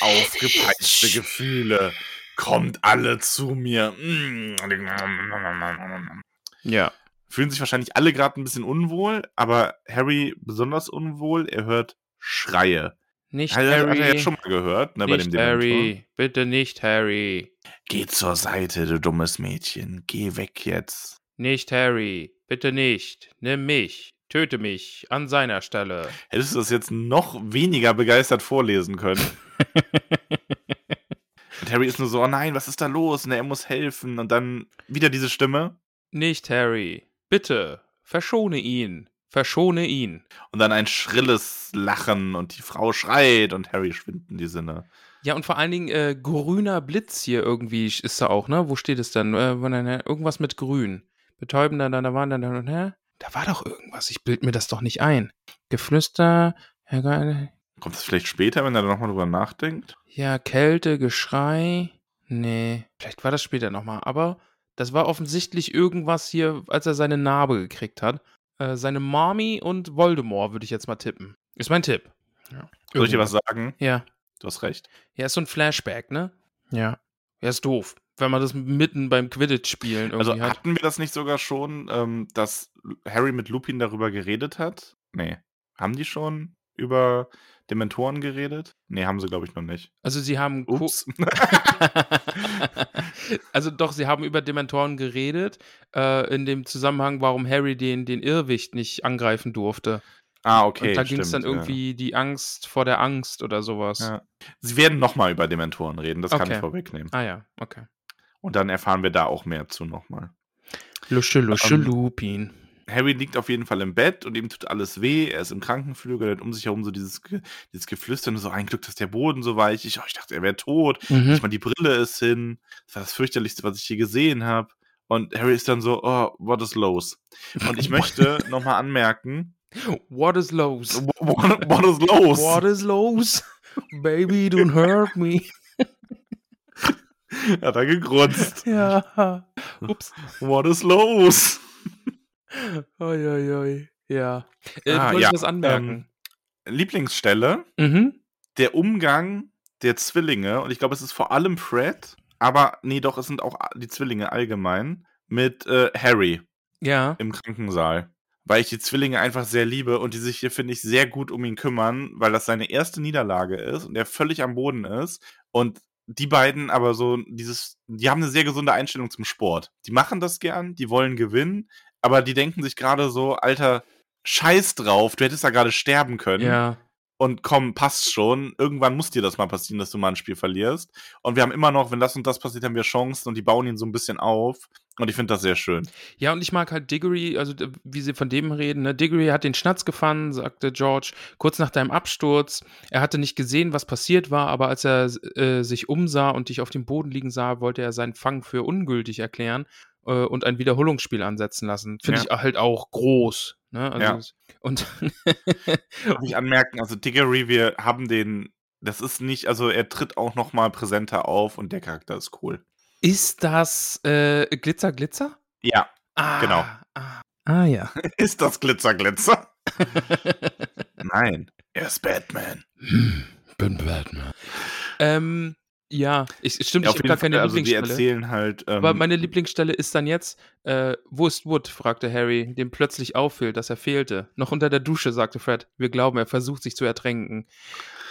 [SPEAKER 2] Aufgepeitschte Gefühle. Kommt alle zu mir. Mm.
[SPEAKER 1] ja.
[SPEAKER 2] Fühlen sich wahrscheinlich alle gerade ein bisschen unwohl, aber Harry besonders unwohl. Er hört Schreie.
[SPEAKER 1] Nicht
[SPEAKER 2] Hat er, hat er
[SPEAKER 1] Harry.
[SPEAKER 2] Also, ja schon mal gehört, ne, bei dem
[SPEAKER 1] nicht
[SPEAKER 2] Dementor.
[SPEAKER 1] Harry. Bitte nicht Harry.
[SPEAKER 2] Geh zur Seite, du dummes Mädchen. Geh weg jetzt.
[SPEAKER 1] Nicht Harry. Bitte nicht. Nimm mich. Töte mich an seiner Stelle.
[SPEAKER 2] Hättest du das jetzt noch weniger begeistert vorlesen können. Und Harry ist nur so, oh nein, was ist da los? Und er muss helfen. Und dann wieder diese Stimme.
[SPEAKER 1] Nicht Harry. Bitte. Verschone ihn. Verschone ihn.
[SPEAKER 2] Und dann ein schrilles Lachen und die Frau schreit und Harry schwinden die Sinne.
[SPEAKER 1] Ja, und vor allen Dingen äh, grüner Blitz hier irgendwie ist da auch, ne? Wo steht es denn? Äh, wann denn, äh, irgendwas mit grün. Betäubender, da, da waren dann, da, hä? Da war doch irgendwas. Ich bild mir das doch nicht ein. Geflüster, Herr Geil-
[SPEAKER 2] Kommt das vielleicht später, wenn er da nochmal drüber nachdenkt?
[SPEAKER 1] Ja, Kälte, Geschrei. Nee, vielleicht war das später nochmal. Aber das war offensichtlich irgendwas hier, als er seine Narbe gekriegt hat. Äh, seine Mami und Voldemort würde ich jetzt mal tippen. Ist mein Tipp. Ja.
[SPEAKER 2] Soll ich dir was sagen?
[SPEAKER 1] Ja.
[SPEAKER 2] Du hast recht.
[SPEAKER 1] Ja, ist so ein Flashback, ne? Ja. Ja, ist doof. Wenn man das mitten beim Quidditch-Spielen irgendwie
[SPEAKER 2] Also
[SPEAKER 1] hat.
[SPEAKER 2] hatten wir das nicht sogar schon, ähm, dass Harry mit Lupin darüber geredet hat? Nee. Haben die schon über Dementoren geredet? Nee, haben sie, glaube ich, noch nicht.
[SPEAKER 1] Also sie haben ko-
[SPEAKER 2] Ups.
[SPEAKER 1] also doch, sie haben über Dementoren geredet, äh, in dem Zusammenhang, warum Harry den, den Irrwicht nicht angreifen durfte.
[SPEAKER 2] ah, okay.
[SPEAKER 1] Und da ging es dann
[SPEAKER 2] stimmt, ja.
[SPEAKER 1] irgendwie die Angst vor der Angst oder sowas.
[SPEAKER 2] Ja. Sie werden nochmal über Dementoren reden, das kann
[SPEAKER 1] Okay.
[SPEAKER 2] ich vorwegnehmen.
[SPEAKER 1] Ah ja, okay.
[SPEAKER 2] Und dann erfahren wir da auch mehr zu nochmal.
[SPEAKER 1] Lusche, lusche,
[SPEAKER 2] Ähm,
[SPEAKER 1] Lupin.
[SPEAKER 2] Harry liegt auf jeden Fall im Bett und ihm tut alles weh. Er ist im Krankenflügel, er hat um sich herum so dieses, Ge- dieses Geflüstern, so ein Glück, dass der Boden so weich ist. Oh, ich dachte, er wäre tot. Ich
[SPEAKER 1] Mhm.
[SPEAKER 2] meine, die Brille ist hin. Das war das fürchterlichste, was ich je gesehen habe. Und Harry ist dann so, oh, what is los? Und ich möchte nochmal anmerken,
[SPEAKER 1] What is los?
[SPEAKER 2] what, what is los?
[SPEAKER 1] What is los? Baby, don't hurt me.
[SPEAKER 2] Hat er gegrunzt.
[SPEAKER 1] ja. Ups.
[SPEAKER 2] What is los?
[SPEAKER 1] Oi, oi, oi. Ja. Äh, du
[SPEAKER 2] Ah,
[SPEAKER 1] wolltest
[SPEAKER 2] ja, Ähm.
[SPEAKER 1] was anmerken.
[SPEAKER 2] Lieblingsstelle.
[SPEAKER 1] mhm.
[SPEAKER 2] der Umgang der Zwillinge, und ich glaube, es ist vor allem Fred, aber nee, doch, es sind auch die Zwillinge allgemein, mit äh, Harry
[SPEAKER 1] Ja.
[SPEAKER 2] im Krankensaal. Weil ich die Zwillinge einfach sehr liebe und die sich hier, finde ich, sehr gut um ihn kümmern, weil das seine erste Niederlage ist und er völlig am Boden ist. Und die beiden aber so dieses, die haben eine sehr gesunde Einstellung zum Sport. Die machen das gern, die wollen gewinnen, aber die denken sich gerade so, Alter, scheiß drauf, du hättest da gerade sterben können
[SPEAKER 1] Ja.
[SPEAKER 2] und komm, passt schon. Irgendwann muss dir das mal passieren, dass du mal ein Spiel verlierst. Und wir haben immer noch, wenn das und das passiert, haben wir Chancen und die bauen ihn so ein bisschen auf. Und ich finde das sehr schön.
[SPEAKER 1] Ja, und ich mag halt Diggory, also d- wie sie von dem reden. Ne? Diggory hat den Schnatz gefangen, sagte George, kurz nach deinem Absturz. Er hatte nicht gesehen, was passiert war, aber als er äh, sich umsah und dich auf dem Boden liegen sah, wollte er seinen Fang für ungültig erklären äh, und ein Wiederholungsspiel ansetzen lassen. Finde
[SPEAKER 2] Ja.
[SPEAKER 1] ich halt auch groß. Ne? Also,
[SPEAKER 2] Ja.
[SPEAKER 1] es- Und
[SPEAKER 2] Darf ich anmerken, also Diggory, wir haben den, das ist nicht, also er tritt auch noch mal präsenter auf und der Charakter ist cool.
[SPEAKER 1] ist das äh, Glitzer, Glitzer?
[SPEAKER 2] Ja,
[SPEAKER 1] Ah,
[SPEAKER 2] Genau.
[SPEAKER 1] Ah, ah ja.
[SPEAKER 2] ist das Glitzer, Glitzer? Nein, er ist Batman.
[SPEAKER 1] Bin Batman. Ähm, ja, ich, stimmt,
[SPEAKER 2] Ja,
[SPEAKER 1] ich habe gar keine
[SPEAKER 2] also die
[SPEAKER 1] Lieblingsstelle.
[SPEAKER 2] erzählen halt. Ähm,
[SPEAKER 1] Aber meine Lieblingsstelle ist dann jetzt, äh, wo ist Wood? fragte Harry, dem plötzlich auffiel, dass er fehlte. Noch unter der Dusche, sagte Fred. Wir glauben, er versucht sich zu ertränken.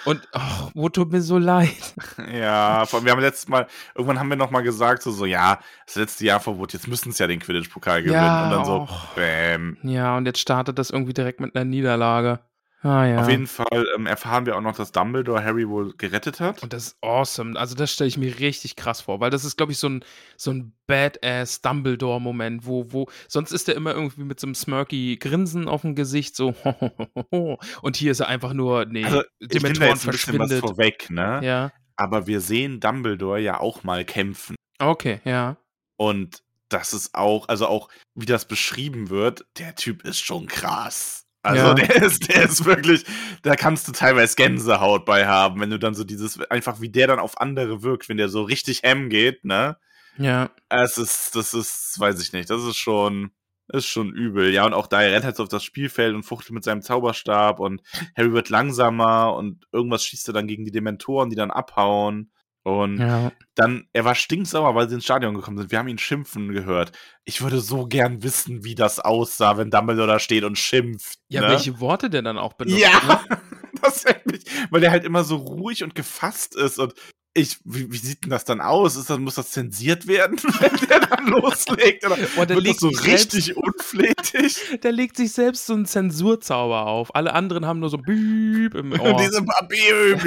[SPEAKER 1] Und, ach, Wood tut mir so leid.
[SPEAKER 2] Ja, vor allem, wir haben letztes Mal, irgendwann haben wir nochmal gesagt, so, so, ja, das letzte Jahr verbot, jetzt müssen es ja den Quidditch-Pokal gewinnen.
[SPEAKER 1] Ja,
[SPEAKER 2] und dann so,
[SPEAKER 1] och.
[SPEAKER 2] bäm.
[SPEAKER 1] Ja, und jetzt startet das irgendwie direkt mit einer Niederlage. Ah, ja.
[SPEAKER 2] Auf jeden Fall ähm, erfahren wir auch noch, dass Dumbledore Harry wohl gerettet hat.
[SPEAKER 1] Und das ist awesome. Also das stelle ich mir richtig krass vor, weil das ist, glaube ich, so ein, so ein badass Dumbledore-Moment, wo, wo, sonst ist er immer irgendwie mit so einem smirky Grinsen auf dem Gesicht, so und hier ist er einfach nur, nee,
[SPEAKER 2] Also, ich nehme da
[SPEAKER 1] Dementoren
[SPEAKER 2] jetzt ein bisschen was
[SPEAKER 1] verschwindet.
[SPEAKER 2] vorweg, ne?
[SPEAKER 1] Ja,
[SPEAKER 2] Aber wir sehen Dumbledore ja auch mal kämpfen.
[SPEAKER 1] okay, ja.
[SPEAKER 2] Und das ist auch, also auch, wie das beschrieben wird, der Typ ist schon krass. Also
[SPEAKER 1] Ja.
[SPEAKER 2] der ist, der ist wirklich, da kannst du teilweise Gänsehaut bei haben, wenn du dann so dieses, einfach wie der dann auf andere wirkt, wenn der so richtig hem geht, ne?
[SPEAKER 1] Ja,
[SPEAKER 2] Es ist, das ist, weiß ich nicht, das ist schon, das ist schon übel. Ja, und auch da, er rennt halt so auf das Spielfeld und fuchtelt mit seinem Zauberstab und Harry wird langsamer und irgendwas schießt er dann gegen die Dementoren, die dann abhauen. Und
[SPEAKER 1] ja.
[SPEAKER 2] dann, er war stinksauer, weil sie ins Stadion gekommen sind. Wir haben ihn schimpfen gehört. Ich würde so gern wissen, wie das aussah, wenn Dumbledore da steht und schimpft.
[SPEAKER 1] Ja,
[SPEAKER 2] ne?
[SPEAKER 1] welche Worte der dann auch benutzt.
[SPEAKER 2] Ja,
[SPEAKER 1] Ne?
[SPEAKER 2] das hält mich, weil der halt immer so ruhig und gefasst ist und ich, wie, wie sieht denn das dann aus? Ist das, muss das zensiert werden, wenn der dann loslegt? Oder
[SPEAKER 1] Oh, der
[SPEAKER 2] wird das
[SPEAKER 1] legt
[SPEAKER 2] so
[SPEAKER 1] sich selbst-
[SPEAKER 2] richtig unflätig?
[SPEAKER 1] Der legt sich selbst so einen Zensurzauber auf. Alle anderen haben nur so Büb im Ohr.
[SPEAKER 2] Und diese Papier.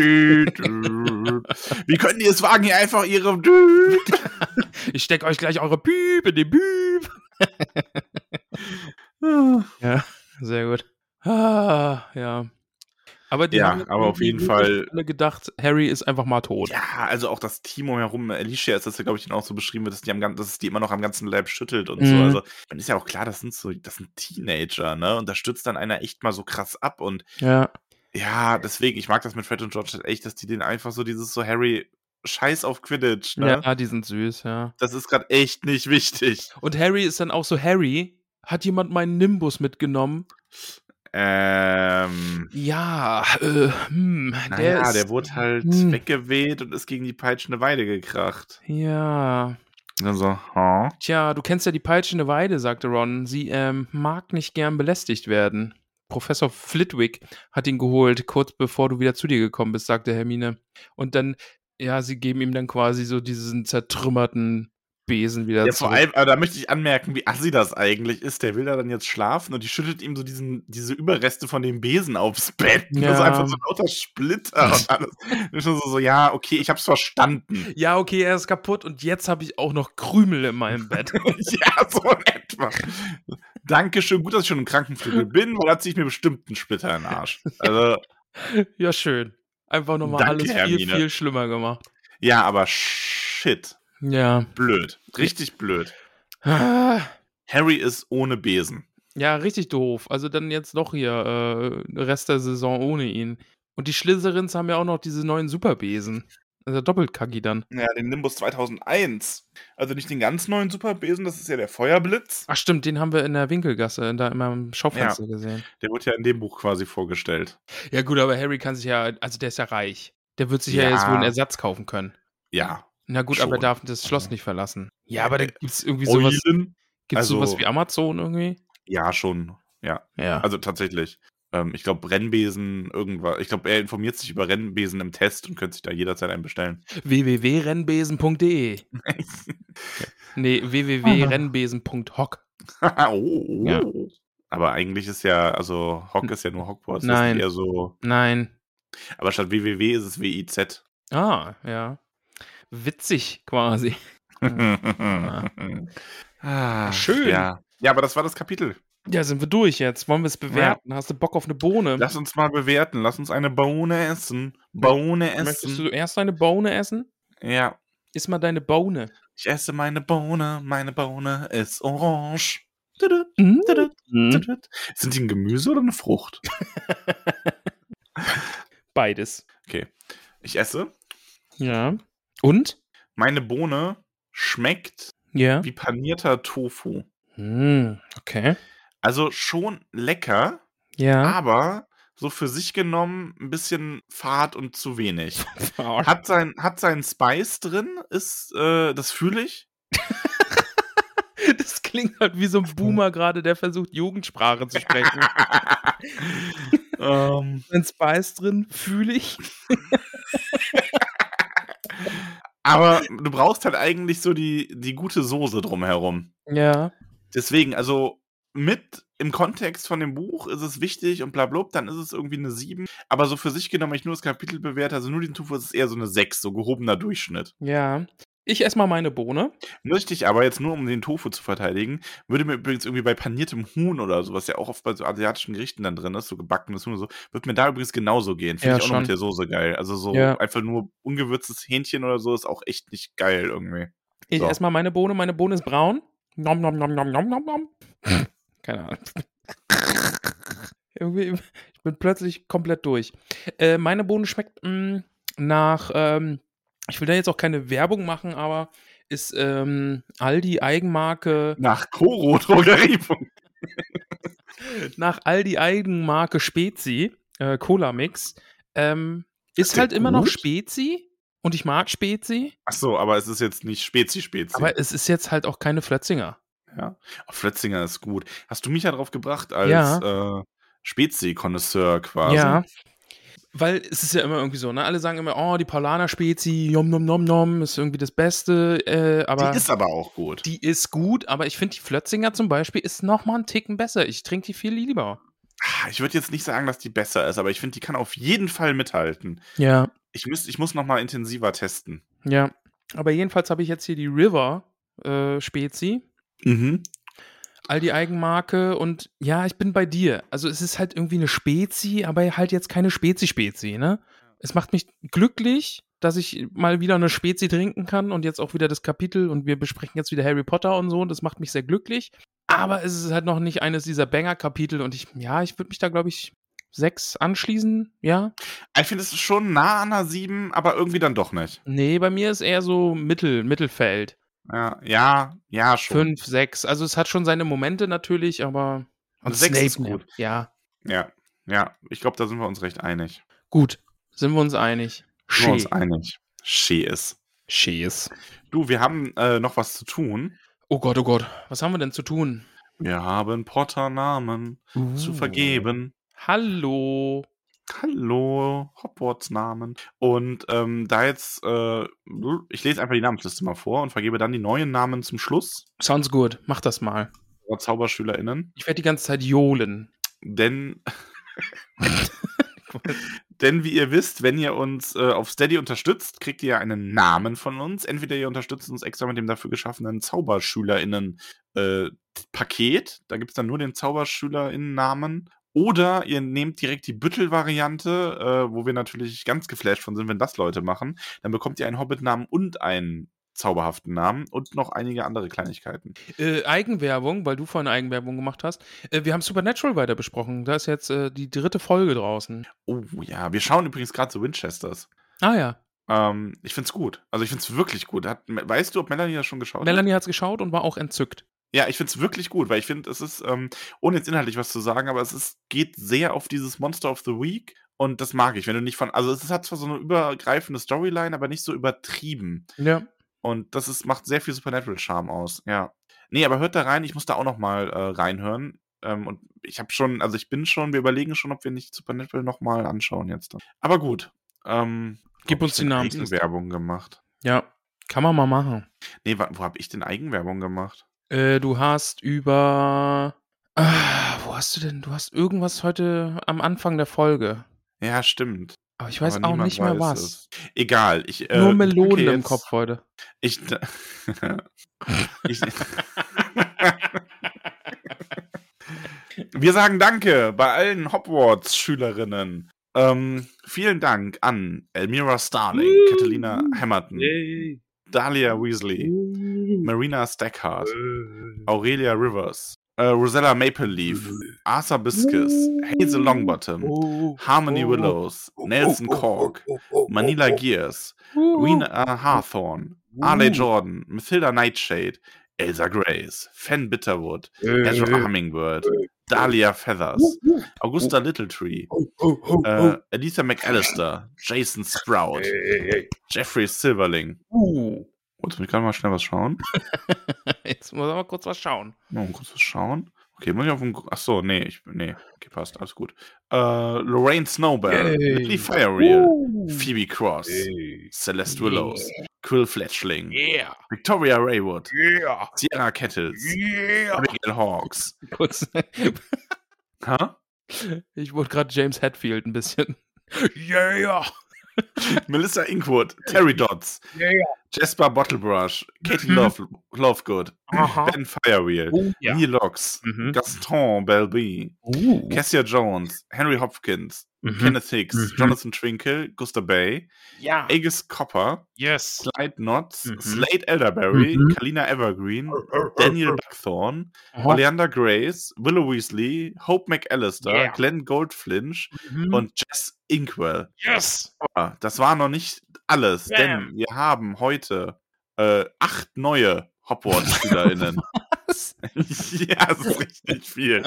[SPEAKER 2] wie können die es wagen, hier einfach ihre.
[SPEAKER 1] Ich steck euch gleich eure Büb in den Büb. ja, sehr gut. Ah, ja. Aber die
[SPEAKER 2] Ja,
[SPEAKER 1] haben
[SPEAKER 2] aber auf jeden
[SPEAKER 1] wirklich
[SPEAKER 2] Fall-
[SPEAKER 1] alle gedacht, Harry ist einfach mal tot.
[SPEAKER 2] Ja, also auch das Team umherum, Alicia ist das ja, glaube ich, dann auch so beschrieben wird, dass, die am, gan- dass es die immer noch am ganzen Leib schüttelt und so.
[SPEAKER 1] Mhm.
[SPEAKER 2] Also, dann ist ja auch klar, das sind so, das sind Teenager, ne? Und da stürzt dann einer echt mal so krass ab. Und
[SPEAKER 1] Ja.
[SPEAKER 2] ja, deswegen, ich mag das mit Fred und George halt echt, dass die den einfach so dieses so Harry Scheiß auf Quidditch, ne?
[SPEAKER 1] ja, die sind süß, ja.
[SPEAKER 2] Das ist gerade echt nicht wichtig.
[SPEAKER 1] Und Harry ist dann auch so, Harry, hat jemand meinen Nimbus mitgenommen?
[SPEAKER 2] Ähm.
[SPEAKER 1] Ja, äh, hm, der
[SPEAKER 2] Naja,
[SPEAKER 1] ist...
[SPEAKER 2] der wurde halt
[SPEAKER 1] Hm.
[SPEAKER 2] weggeweht und ist gegen die peitschende Weide gekracht.
[SPEAKER 1] ja,
[SPEAKER 2] Und dann so, huh?
[SPEAKER 1] tja, du kennst ja die peitschende Weide, sagte Ron. Sie ähm, mag nicht gern belästigt werden. Professor Flitwick hat ihn geholt, kurz bevor du wieder zu dir gekommen bist, sagte Hermine. Und dann, ja, sie geben ihm dann quasi so diesen zertrümmerten Besen wieder
[SPEAKER 2] Ja,
[SPEAKER 1] zurück.
[SPEAKER 2] vor allem, aber da möchte ich anmerken, wie assi das eigentlich ist. Der will da dann jetzt schlafen und die schüttet ihm so diesen, diese Überreste von dem Besen aufs Bett. Ja. Das ist
[SPEAKER 1] Ja.
[SPEAKER 2] einfach so lauter Splitter und alles. Und schon so, so, ja, okay, ich hab's verstanden.
[SPEAKER 1] Ja, okay, er ist kaputt und jetzt habe ich auch noch Krümel in meinem Bett.
[SPEAKER 2] ja, so in etwa. Dankeschön, gut, dass ich schon im Krankenflügel bin, weil da ziehe ich mir bestimmt einen Splitter in den Arsch. Also,
[SPEAKER 1] ja, schön. Einfach nochmal
[SPEAKER 2] Danke,
[SPEAKER 1] alles viel,
[SPEAKER 2] Hermine.
[SPEAKER 1] viel schlimmer gemacht.
[SPEAKER 2] ja, aber shit.
[SPEAKER 1] Ja.
[SPEAKER 2] Blöd. Richtig blöd. Harry ist ohne Besen.
[SPEAKER 1] Ja, richtig doof. Also dann jetzt noch hier, äh, Rest der Saison ohne ihn. Und die Slytherins haben ja auch noch diese neuen Superbesen. Also doppelt Kacki dann.
[SPEAKER 2] Ja, den Nimbus 2001. Also nicht den ganz neuen Superbesen, das ist ja der Feuerblitz.
[SPEAKER 1] Ach stimmt, den haben wir in der Winkelgasse, da in meinem Schaufenster gesehen.
[SPEAKER 2] Der wurde ja in dem Buch quasi vorgestellt.
[SPEAKER 1] Ja gut, aber Harry kann sich ja, also der ist ja reich. Der wird sich ja,
[SPEAKER 2] Ja.
[SPEAKER 1] jetzt wohl einen Ersatz kaufen können.
[SPEAKER 2] Ja.
[SPEAKER 1] Na gut, aber
[SPEAKER 2] Schon.
[SPEAKER 1] er darf das Schloss nicht verlassen. Also. Äh, Ja, aber da gibt's irgendwie sowas,
[SPEAKER 2] Eulen?
[SPEAKER 1] gibt's
[SPEAKER 2] also-
[SPEAKER 1] sowas wie Amazon irgendwie?
[SPEAKER 2] Ja, schon. Ja.
[SPEAKER 1] Ja.
[SPEAKER 2] Also tatsächlich. Ähm, ich glaube, Rennbesen, irgendwas. Ich glaube, er informiert sich über Rennbesen im Test und könnte sich da jederzeit einen bestellen.
[SPEAKER 1] www.rennbesen.de Nee, www.rennbesen.hock.
[SPEAKER 2] oh.
[SPEAKER 1] Ja.
[SPEAKER 2] Aber eigentlich ist ja, also Hock ist ja nur Hogwarts. das
[SPEAKER 1] Nein.
[SPEAKER 2] Ist eher so,
[SPEAKER 1] Nein.
[SPEAKER 2] aber statt www ist es WIZ.
[SPEAKER 1] Ah, ja. Witzig quasi. Ah. Schön.
[SPEAKER 2] Ja. Ah, ja, aber das war das Kapitel.
[SPEAKER 1] Ja, sind wir durch jetzt. Wollen wir es bewerten? Hast du Bock auf eine Bohne?
[SPEAKER 2] Lass uns mal bewerten. Lass uns eine Bohne essen. Bohne
[SPEAKER 1] Möchtest
[SPEAKER 2] essen.
[SPEAKER 1] du erst eine Bohne essen?
[SPEAKER 2] Ja.
[SPEAKER 1] Iss mal deine Bohne.
[SPEAKER 2] Ich esse meine Bohne. Meine Bohne ist orange. Tudu.
[SPEAKER 1] Mhm.
[SPEAKER 2] Tütüt. Sind die ein Gemüse oder eine Frucht?
[SPEAKER 1] Beides.
[SPEAKER 2] Ich esse.
[SPEAKER 1] Ja. Und?
[SPEAKER 2] Meine Bohne schmeckt
[SPEAKER 1] Ja.
[SPEAKER 2] wie panierter Tofu.
[SPEAKER 1] Hm, Okay.
[SPEAKER 2] Also schon lecker,
[SPEAKER 1] Ja.
[SPEAKER 2] aber so für sich genommen ein bisschen fad und zu wenig. Hat sein, hat sein Spice drin, ist, äh, das fühle ich.
[SPEAKER 1] Das klingt halt wie so ein Boomer gerade, der versucht, Jugendsprache zu sprechen.
[SPEAKER 2] ähm,
[SPEAKER 1] Ein Spice drin, fühle ich.
[SPEAKER 2] aber du brauchst halt eigentlich so die, die gute Soße drumherum.
[SPEAKER 1] Ja.
[SPEAKER 2] Deswegen, also mit im Kontext von dem Buch ist es wichtig und bla, bla dann ist es irgendwie eine 7. Aber so für sich genommen, wenn ich nur das Kapitel bewerte, also nur diesen Tufus, ist es eher so eine 6, so gehobener Durchschnitt.
[SPEAKER 1] Ja. Ich esse mal meine Bohne.
[SPEAKER 2] Möchte ich aber jetzt nur, um den Tofu zu verteidigen, würde mir übrigens irgendwie bei paniertem Huhn oder so, was ja auch oft bei so asiatischen Gerichten dann drin ist, so gebackenes Huhn und so, würde mir da übrigens genauso gehen. Finde
[SPEAKER 1] Ja,
[SPEAKER 2] ich auch
[SPEAKER 1] schon.
[SPEAKER 2] noch mit der Soße geil. Also so
[SPEAKER 1] Ja.
[SPEAKER 2] einfach nur ungewürztes Hähnchen oder so ist auch echt nicht geil irgendwie.
[SPEAKER 1] Ich
[SPEAKER 2] So.
[SPEAKER 1] esse mal meine Bohne. Meine Bohne ist braun. Nom, nom, nom, nom, nom, nom, nom. Keine Ahnung. Irgendwie, ich bin plötzlich komplett durch. Äh, meine Bohne schmeckt mh, nach, ähm, ich will da jetzt auch keine Werbung machen, aber ist ähm, Aldi Eigenmarke,
[SPEAKER 2] Nach Koro Drogeriepunkt.
[SPEAKER 1] nach Aldi Eigenmarke Spezi, äh, Cola Mix, ähm, ist
[SPEAKER 2] der
[SPEAKER 1] halt immer noch
[SPEAKER 2] gut?
[SPEAKER 1] Spezi und ich mag Spezi,
[SPEAKER 2] Ach so, aber es ist jetzt nicht Spezi-Spezi.
[SPEAKER 1] aber es ist jetzt halt auch keine Flötzinger.
[SPEAKER 2] Oh, Flötzinger ist gut. Hast du mich ja drauf gebracht als äh, Spezi-Konnoisseur quasi.
[SPEAKER 1] Ja. Weil es ist ja immer irgendwie so, ne? Alle sagen immer, oh, die Paulaner Spezi, nom nom nom nom, ist irgendwie das Beste, äh, aber
[SPEAKER 2] Die ist aber auch gut.
[SPEAKER 1] die ist gut, aber ich finde die Flötzinger zum Beispiel ist nochmal einen Ticken besser. Ich trinke die viel lieber.
[SPEAKER 2] Ah, Ich würde jetzt nicht sagen, dass die besser ist, aber ich finde, die kann auf jeden Fall mithalten.
[SPEAKER 1] Ja,
[SPEAKER 2] Ich, müsst, ich muss noch mal intensiver testen.
[SPEAKER 1] ja. Aber jedenfalls habe ich jetzt hier die River äh, Spezi,
[SPEAKER 2] Mhm.
[SPEAKER 1] all die Eigenmarke und ja, ich bin bei dir. Also es ist halt irgendwie eine Spezi, aber halt jetzt keine Spezi-Spezi, ne? Es macht mich glücklich, dass ich mal wieder eine Spezi trinken kann und jetzt auch wieder das Kapitel und wir besprechen jetzt wieder Harry Potter und so und das macht mich sehr glücklich. Aber es ist halt noch nicht eines dieser Banger-Kapitel und ich, ja, ich würde mich da, glaube ich, sechs anschließen, ja?
[SPEAKER 2] Ich finde, es ist schon nah an einer 7, aber irgendwie dann doch nicht.
[SPEAKER 1] Nee, bei mir ist eher so Mittel, Mittelfeld.
[SPEAKER 2] Ja, ja, ja schon.
[SPEAKER 1] Fünf, sechs. Also es hat schon seine Momente natürlich, aber.
[SPEAKER 2] Und Also sechs ist gut.
[SPEAKER 1] Ja.
[SPEAKER 2] Ja, ja. Ich glaube, da sind wir uns recht einig.
[SPEAKER 1] Gut, sind wir uns einig.
[SPEAKER 2] Sind wir uns einig. Schee ist.
[SPEAKER 1] Schees.
[SPEAKER 2] Du, wir haben äh, noch was zu tun.
[SPEAKER 1] Oh Gott, oh Gott, was haben wir denn zu tun?
[SPEAKER 2] Wir haben Potter-Namen
[SPEAKER 1] Oh.
[SPEAKER 2] zu vergeben.
[SPEAKER 1] Hallo.
[SPEAKER 2] Hallo, Hogwarts-Namen. Und ähm, da jetzt, äh, ich lese einfach die Namensliste mal vor und vergebe dann die neuen Namen zum Schluss
[SPEAKER 1] Sounds good, mach das mal.
[SPEAKER 2] unserer ZauberschülerInnen.
[SPEAKER 1] Ich werde die ganze Zeit johlen.
[SPEAKER 2] Denn, denn wie ihr wisst, wenn ihr uns äh, auf Steady unterstützt, kriegt ihr einen Namen von uns. Entweder ihr unterstützt uns extra mit dem dafür geschaffenen ZauberschülerInnen-Paket. da gibt es dann nur den ZauberschülerInnen-Namen. Oder ihr nehmt direkt die Büttel-Variante, äh, wo wir natürlich ganz geflasht von sind, wenn das Leute machen. Dann bekommt ihr einen Hobbit-Namen und einen zauberhaften Namen und noch einige andere Kleinigkeiten.
[SPEAKER 1] Äh, Eigenwerbung, weil du vorhin Eigenwerbung gemacht hast. Äh, wir haben Supernatural weiter besprochen. Da ist jetzt äh, die dritte Folge draußen.
[SPEAKER 2] Oh ja, wir schauen übrigens gerade zu Winchesters.
[SPEAKER 1] Ah ja,
[SPEAKER 2] Ähm, ich find's gut. Also ich find's wirklich gut. Hat, weißt du, ob Melanie das schon geschaut hat?
[SPEAKER 1] Melanie hat's geschaut und war auch entzückt.
[SPEAKER 2] Ja, ich find's wirklich gut, weil ich find, es ist, ähm, ohne jetzt inhaltlich was zu sagen, aber es ist, geht sehr auf dieses Monster of the Week und das mag ich, wenn du nicht von, also es hat zwar so eine übergreifende Storyline, aber nicht so übertrieben
[SPEAKER 1] Ja.
[SPEAKER 2] und das ist, macht sehr viel Supernatural-Charme aus, ja. Nee, aber hört da rein, ich muss da auch nochmal äh, reinhören ähm, und ich habe schon, also ich bin schon, wir überlegen schon, ob wir nicht Supernatural nochmal anschauen jetzt. Aber gut, ähm,
[SPEAKER 1] Gib
[SPEAKER 2] hab
[SPEAKER 1] uns
[SPEAKER 2] ich
[SPEAKER 1] die
[SPEAKER 2] denn
[SPEAKER 1] Namensliste.
[SPEAKER 2] Eigenwerbung gemacht.
[SPEAKER 1] Ja, kann man mal machen.
[SPEAKER 2] Nee, Ne, wa- wo habe ich denn Eigenwerbung gemacht?
[SPEAKER 1] Äh, du hast über. Ah, wo hast du denn? Du hast irgendwas heute am Anfang der Folge.
[SPEAKER 2] Ja, stimmt.
[SPEAKER 1] Aber ich weiß
[SPEAKER 2] Aber
[SPEAKER 1] auch
[SPEAKER 2] niemand
[SPEAKER 1] nicht mehr
[SPEAKER 2] weiß
[SPEAKER 1] was.
[SPEAKER 2] es. Egal. Ich, äh,
[SPEAKER 1] Nur
[SPEAKER 2] danke
[SPEAKER 1] Melonen im
[SPEAKER 2] jetzt-
[SPEAKER 1] Kopf heute.
[SPEAKER 2] Ich, ich, Wir sagen Danke bei allen Hogwarts-Schülerinnen. Ähm, vielen Dank an Elmira Starling, Catalina Hamilton, Dahlia Weasley, Marina Stackhart, Äh, Aurelia Rivers, äh, Rosella Mapleleaf, Arthur Biscus, Hazel
[SPEAKER 1] Ähm,
[SPEAKER 2] Longbottom, Harmony Willows, Nelson Cork, Manila Gears, Rena Hawthorne, Arley Jordan, Mathilda Nightshade, Elsa Grace, Fan Bitterwood, Ezra Hummingbird, Dahlia Feathers, Augusta Littletree, äh, Elisa McAllister, Jason Sprout, Jeffrey Silverling. Wolltest du mich gerade mal schnell was schauen?
[SPEAKER 1] Jetzt muss ich mal kurz was schauen.
[SPEAKER 2] Mal ein kurzes Schauen. Okay, muss ich auf dem. Achso, nee, ich, nee, okay, passt, alles gut. Äh, Lorraine Snowbell,
[SPEAKER 1] Yay.
[SPEAKER 2] Lily Firereal, Phoebe Cross, Celeste Willows, Quill Fletchling,
[SPEAKER 1] Yeah.
[SPEAKER 2] Victoria Raywood,
[SPEAKER 1] Yeah.
[SPEAKER 2] Sierra Kettles,
[SPEAKER 1] Yeah.
[SPEAKER 2] Abigail Hawks.
[SPEAKER 1] Kurz.
[SPEAKER 2] Ha?
[SPEAKER 1] Ich wurde gerade James Hetfield ein bisschen. Yeah.
[SPEAKER 2] Melissa Inkwood, Terry Dodds,
[SPEAKER 1] Yeah.
[SPEAKER 2] Jasper Bottlebrush, Katie Love, Lovegood,
[SPEAKER 1] Aha.
[SPEAKER 2] Ben Firewheel,
[SPEAKER 1] Oh, ja.
[SPEAKER 2] Neil Locks,
[SPEAKER 1] Mhm.
[SPEAKER 2] Gaston Belby,
[SPEAKER 1] Uh.
[SPEAKER 2] Cassia Jones, Henry Hopkins,
[SPEAKER 1] Mhm.
[SPEAKER 2] Kenneth Hicks,
[SPEAKER 1] Mhm.
[SPEAKER 2] Jonathan Twinkle, Gustav Bay,
[SPEAKER 1] Ja.
[SPEAKER 2] Agus Copper,
[SPEAKER 1] Yes.
[SPEAKER 2] Clyde Knotts,
[SPEAKER 1] Mhm.
[SPEAKER 2] Slade Elderberry,
[SPEAKER 1] Mhm.
[SPEAKER 2] Kalina Evergreen,
[SPEAKER 1] uh,
[SPEAKER 2] Daniel Buckthorn, Oleander Grace, Willow Weasley, Hope McAllister,
[SPEAKER 1] Yeah.
[SPEAKER 2] Glenn Goldflinch
[SPEAKER 1] Mhm.
[SPEAKER 2] und Jess Inkwell.
[SPEAKER 1] yes.
[SPEAKER 2] Ah, Das war noch nicht alles,
[SPEAKER 1] Bam.
[SPEAKER 2] denn wir haben heute äh, acht neue Hogwarts-SpielerInnen. ja, das ist richtig viel.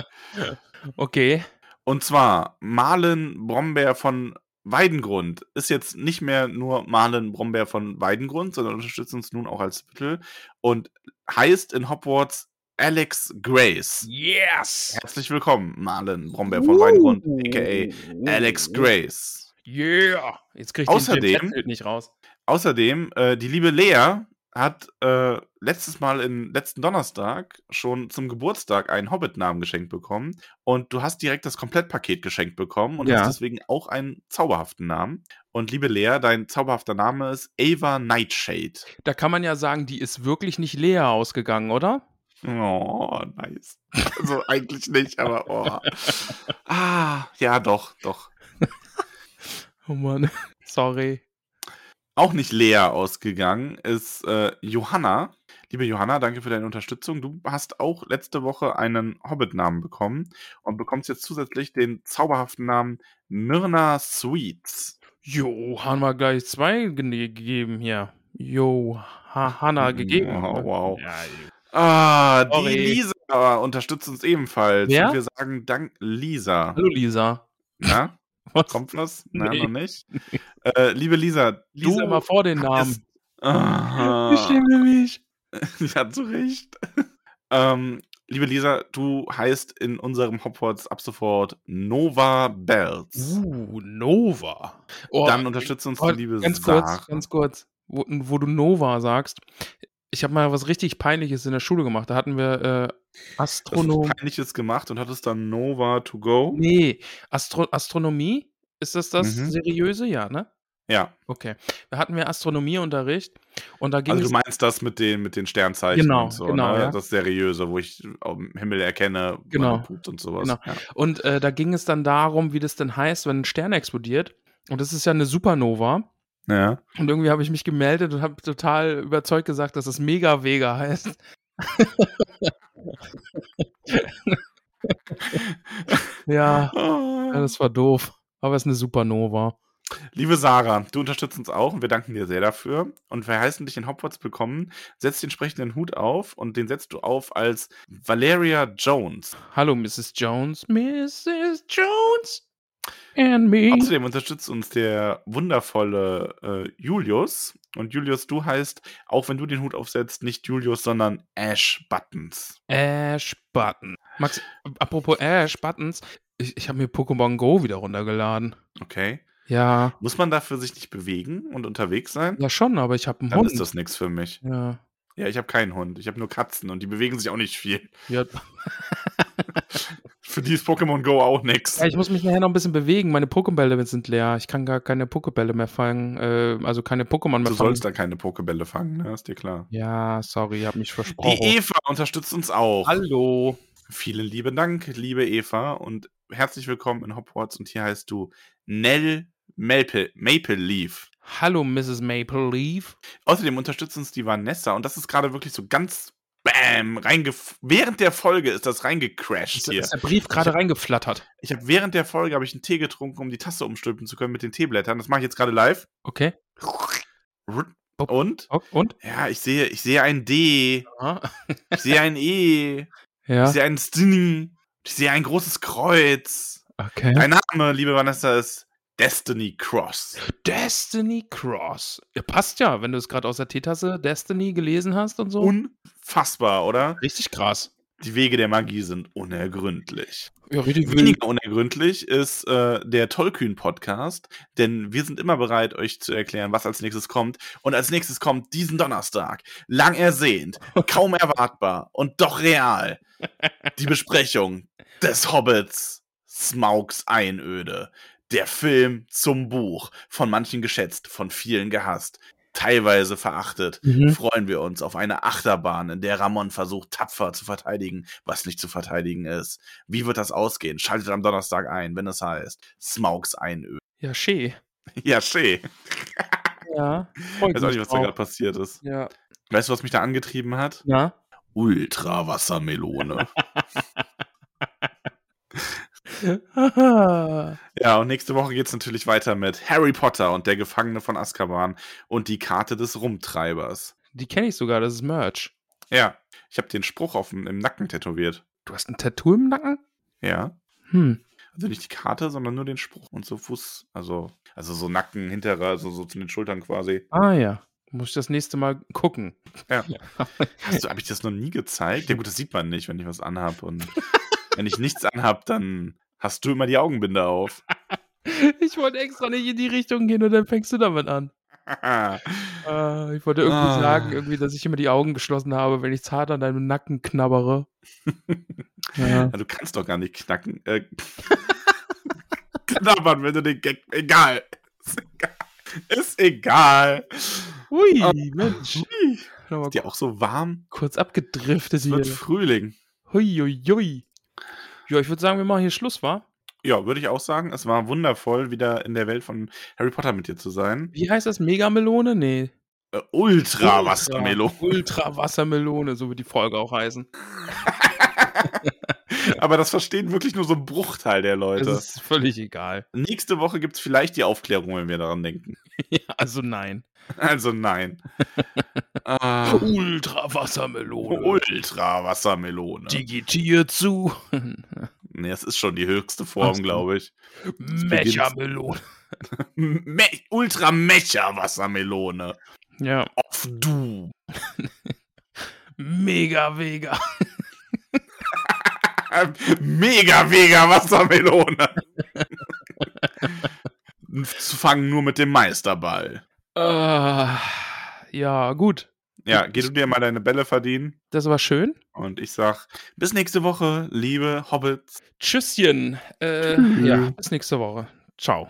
[SPEAKER 1] Okay.
[SPEAKER 2] Und zwar Malen Brombeer von Weidengrund ist jetzt nicht mehr nur Malen Brombeer von Weidengrund, sondern unterstützt uns nun auch als Titel und heißt in Hogwarts Alex Grace.
[SPEAKER 1] Yes.
[SPEAKER 2] Herzlich willkommen, Malen Brombeer von Weidengrund, a.k.a. Alex Grace.
[SPEAKER 1] Yeah. Jetzt kriegt ich den
[SPEAKER 2] Außerdem-
[SPEAKER 1] James Hetfield nicht raus.
[SPEAKER 2] Außerdem, äh, die liebe Lea hat äh, letztes Mal, in, letzten Donnerstag, schon zum Geburtstag einen Hobbit-Namen geschenkt bekommen. Und du hast direkt das Komplettpaket geschenkt bekommen und
[SPEAKER 1] Ja.
[SPEAKER 2] hast deswegen auch einen zauberhaften Namen. Und liebe Lea, dein zauberhafter Name ist Ava Nightshade.
[SPEAKER 1] Da kann man ja sagen, die ist wirklich nicht leer ausgegangen, oder?
[SPEAKER 2] Oh, nice. Also eigentlich nicht, aber oh. Ah, ja, doch, doch.
[SPEAKER 1] Oh Mann. Sorry.
[SPEAKER 2] auch nicht leer ausgegangen, ist äh, Johanna. Liebe Johanna, danke für deine Unterstützung. Du hast auch letzte Woche einen Hobbit-Namen bekommen und bekommst jetzt zusätzlich den zauberhaften Namen Myrna Sweets.
[SPEAKER 1] Jo, haben wir gleich zwei gene- gegeben hier. Jo, ha, Hanna
[SPEAKER 2] Mhm,
[SPEAKER 1] gegeben.
[SPEAKER 2] wow, wow.
[SPEAKER 1] Ja, jo.
[SPEAKER 2] Ah,
[SPEAKER 1] Sorry.
[SPEAKER 2] die Lisa unterstützt uns ebenfalls.
[SPEAKER 1] Wer?
[SPEAKER 2] Und wir sagen Dank Lisa.
[SPEAKER 1] Hallo Lisa.
[SPEAKER 2] Na,
[SPEAKER 1] Was?
[SPEAKER 2] kommt was? Na,
[SPEAKER 1] Nee.
[SPEAKER 2] noch nicht. Äh, liebe Lisa,
[SPEAKER 1] Lisa
[SPEAKER 2] du
[SPEAKER 1] mal vor den
[SPEAKER 2] hattest-
[SPEAKER 1] Namen.
[SPEAKER 2] Aha.
[SPEAKER 1] mich.
[SPEAKER 2] Ja, zu Recht. ähm, liebe Lisa, du heißt in unserem Hogwarts ab sofort Nova Bells.
[SPEAKER 1] Uh, Nova. Oh,
[SPEAKER 2] Dann unterstützt uns
[SPEAKER 1] oh,
[SPEAKER 2] die liebe
[SPEAKER 1] ganz
[SPEAKER 2] Sarah.
[SPEAKER 1] kurz, ganz kurz, wo, wo du Nova sagst. Ich habe mal was richtig Peinliches in der Schule gemacht. Da hatten wir äh,
[SPEAKER 2] das
[SPEAKER 1] Astronom.
[SPEAKER 2] ist peinliches gemacht und hattest dann Nova to go.
[SPEAKER 1] Nee, Astro Astronomie? Ist das das
[SPEAKER 2] Mhm.
[SPEAKER 1] seriöse? Ja, ne?
[SPEAKER 2] Ja,
[SPEAKER 1] Okay. Da hatten wir Astronomieunterricht und da ging
[SPEAKER 2] also
[SPEAKER 1] es
[SPEAKER 2] du meinst das mit den, mit den Sternzeichen
[SPEAKER 1] Genau,
[SPEAKER 2] und so,
[SPEAKER 1] genau,
[SPEAKER 2] ne?
[SPEAKER 1] ja.
[SPEAKER 2] das Seriöse, wo ich am Himmel erkenne, wann
[SPEAKER 1] Genau.
[SPEAKER 2] er pupt und sowas.
[SPEAKER 1] Genau.
[SPEAKER 2] Ja.
[SPEAKER 1] Und äh, da ging es dann darum, wie das denn heißt, wenn ein Stern explodiert. Und das ist ja eine Supernova.
[SPEAKER 2] Ja.
[SPEAKER 1] Und irgendwie habe ich mich gemeldet und habe total überzeugt gesagt, dass es Mega Vega heißt. ja,
[SPEAKER 2] Ah.
[SPEAKER 1] ja, das war doof. Aber es ist eine Supernova.
[SPEAKER 2] Liebe Sarah, du unterstützt uns auch und wir danken dir sehr dafür. Und wir heißen dich in Hogwarts willkommen. Setz den entsprechenden Hut auf und den setzt du auf als Valeria Jones.
[SPEAKER 1] Hallo, Mrs. Jones. Mrs. Jones and me.
[SPEAKER 2] Außerdem unterstützt uns der wundervolle äh, Julius. Und Julius, du heißt, auch wenn du den Hut aufsetzt, nicht Julius, sondern Ash Buttons.
[SPEAKER 1] Ash Button. Max, apropos Ash Buttons, ich, ich habe mir Pokémon Go wieder runtergeladen.
[SPEAKER 2] Okay.
[SPEAKER 1] Ja,
[SPEAKER 2] Muss man dafür sich nicht bewegen und unterwegs sein?
[SPEAKER 1] ja schon, aber ich habe einen
[SPEAKER 2] Dann
[SPEAKER 1] Hund.
[SPEAKER 2] ist das nichts für mich.
[SPEAKER 1] Ja.
[SPEAKER 2] Ja, ich habe keinen Hund. Ich habe nur Katzen und die bewegen sich auch nicht viel.
[SPEAKER 1] Ja,
[SPEAKER 2] Für die ist Pokémon Go auch nichts.
[SPEAKER 1] ich muss mich nachher noch ein bisschen bewegen. Meine Pokébälle sind leer. Ich kann gar keine Pokébälle mehr fangen. Äh, also keine Pokémon mehr
[SPEAKER 2] Du
[SPEAKER 1] fangen.
[SPEAKER 2] sollst da keine Pokebälle fangen, ne? ist dir klar.
[SPEAKER 1] Ja, sorry, hab mich versprochen.
[SPEAKER 2] Die Eva unterstützt uns auch.
[SPEAKER 1] Hallo.
[SPEAKER 2] Vielen lieben Dank, liebe Eva, und herzlich willkommen in Hogwarts. Und hier heißt du Nell Maple, Maple Leaf.
[SPEAKER 1] Hallo, Mrs. Maple Leaf.
[SPEAKER 2] Außerdem unterstützt uns die Vanessa, und das ist gerade wirklich so ganz bam, reinge während der Folge ist das reingecrashed
[SPEAKER 1] Ist,
[SPEAKER 2] hier.
[SPEAKER 1] ist der Brief gerade reingeflattert?
[SPEAKER 2] Ich habe während der Folge habe ich einen Tee getrunken, um die Tasse umstülpen zu können mit den Teeblättern. Das mache ich jetzt gerade live.
[SPEAKER 1] Okay.
[SPEAKER 2] Und
[SPEAKER 1] O- Und?
[SPEAKER 2] ja, ich sehe, ich sehe ein D,
[SPEAKER 1] Ah,
[SPEAKER 2] ich sehe ein E. Ich
[SPEAKER 1] Ja,
[SPEAKER 2] sehe einen Stini. Ich sehe ein großes Kreuz.
[SPEAKER 1] okay.
[SPEAKER 2] Dein Name, liebe Vanessa, ist Destiny Cross.
[SPEAKER 1] Destiny Cross. Ja, passt ja, wenn du es gerade aus der Teetasse Destiny gelesen hast und so.
[SPEAKER 2] Unfassbar, oder?
[SPEAKER 1] Richtig krass.
[SPEAKER 2] Die Wege der Magie sind unergründlich.
[SPEAKER 1] Ja, richtig wild.
[SPEAKER 2] Weniger unergründlich ist äh, der Tollkühn-Podcast, denn wir sind immer bereit, euch zu erklären, was als nächstes kommt. Und als nächstes kommt diesen Donnerstag, lang ersehnt, kaum erwartbar und doch real, die Besprechung des Hobbits Smaugs Einöde. Der Film zum Buch, von manchen geschätzt, von vielen gehasst, teilweise verachtet
[SPEAKER 1] Mhm.
[SPEAKER 2] freuen wir uns auf eine Achterbahn, in der Ramon versucht, tapfer zu verteidigen, was nicht zu verteidigen ist. Wie wird das ausgehen? Schaltet am Donnerstag ein, wenn es heißt Smaugs einölen.
[SPEAKER 1] Ja, schön.
[SPEAKER 2] Ja, schön.
[SPEAKER 1] Ja.
[SPEAKER 2] Ich weiß auch nicht, was da gerade passiert ist.
[SPEAKER 1] Ja.
[SPEAKER 2] Weißt du, was mich da angetrieben hat?
[SPEAKER 1] Na?
[SPEAKER 2] Ultrawassermelone.
[SPEAKER 1] Haha.
[SPEAKER 2] ja, und nächste Woche geht's natürlich weiter mit Harry Potter und der Gefangene von Azkaban und die Karte des Rumtreibers.
[SPEAKER 1] Die kenne ich sogar, das ist Merch.
[SPEAKER 2] Ja, ich habe den Spruch auf dem, im Nacken tätowiert.
[SPEAKER 1] Du hast ein Tattoo im Nacken?
[SPEAKER 2] Ja.
[SPEAKER 1] Hm.
[SPEAKER 2] Also nicht die Karte, sondern nur den Spruch und so Fuß, also, also so Nacken, hinterer, so, so zu den Schultern quasi.
[SPEAKER 1] Ah ja. Muss ich das nächste Mal gucken.
[SPEAKER 2] Ja. Hast du, habe ich das noch nie gezeigt? Ja gut, das sieht man nicht, wenn ich was anhab. Und wenn ich nichts anhab, dann hast du immer die Augenbinde auf.
[SPEAKER 1] Ich wollte extra nicht in die Richtung gehen und dann fängst du damit an. Äh, ich wollte irgendwie
[SPEAKER 2] Ah.
[SPEAKER 1] sagen, irgendwie, dass ich immer die Augen geschlossen habe, wenn ich zart an deinem Nacken knabbere. ja.
[SPEAKER 2] Ja, du kannst doch gar nicht knacken. Äh, knabbern, wenn du den Gag. Egal. Ist egal. Ist egal.
[SPEAKER 1] Ui,
[SPEAKER 2] Ah.
[SPEAKER 1] Mensch. Nochmal
[SPEAKER 2] Ist dir auch so warm?
[SPEAKER 1] kurz abgedriftet
[SPEAKER 2] Es
[SPEAKER 1] hier.
[SPEAKER 2] wird Frühling.
[SPEAKER 1] Hui, hui, hui. Ja, ich würde sagen, wir machen hier Schluss, wa?
[SPEAKER 2] Ja, würde ich auch sagen. Es war wundervoll, wieder in der Welt von Harry Potter mit dir zu sein.
[SPEAKER 1] Wie heißt das? Megamelone? Nee.
[SPEAKER 2] Äh, Ultra-Wassermelone.
[SPEAKER 1] Ultra-Wassermelone, so wird die Folge auch heißen.
[SPEAKER 2] Aber das verstehen wirklich nur so ein Bruchteil der
[SPEAKER 1] Das
[SPEAKER 2] Leute.
[SPEAKER 1] ist völlig egal.
[SPEAKER 2] Nächste Woche gibt es vielleicht die Aufklärung, wenn wir daran denken.
[SPEAKER 1] Ja, also nein.
[SPEAKER 2] Also nein. ah,
[SPEAKER 1] Ultra-Wassermelone.
[SPEAKER 2] Ultra-Wassermelone.
[SPEAKER 1] Digitier zu.
[SPEAKER 2] ne? Nee, das ist schon die höchste
[SPEAKER 1] Ach so.
[SPEAKER 2] Form, glaube ich.
[SPEAKER 1] Mechamelone.
[SPEAKER 2] Me Ultra-Mecha-Wassermelone.
[SPEAKER 1] Ja.
[SPEAKER 2] ne? Auf du.
[SPEAKER 1] Mega Vega.
[SPEAKER 2] Mega-Vega-Wassermelone. Zu fangen nur mit dem Meisterball.
[SPEAKER 1] Ah, ja, gut.
[SPEAKER 2] Ja, geh du dir mal deine Bälle verdienen.
[SPEAKER 1] Das war schön.
[SPEAKER 2] Und ich sag, bis nächste Woche, liebe Hobbits.
[SPEAKER 1] Tschüsschen. Äh, ja, bis nächste Woche. Ciao.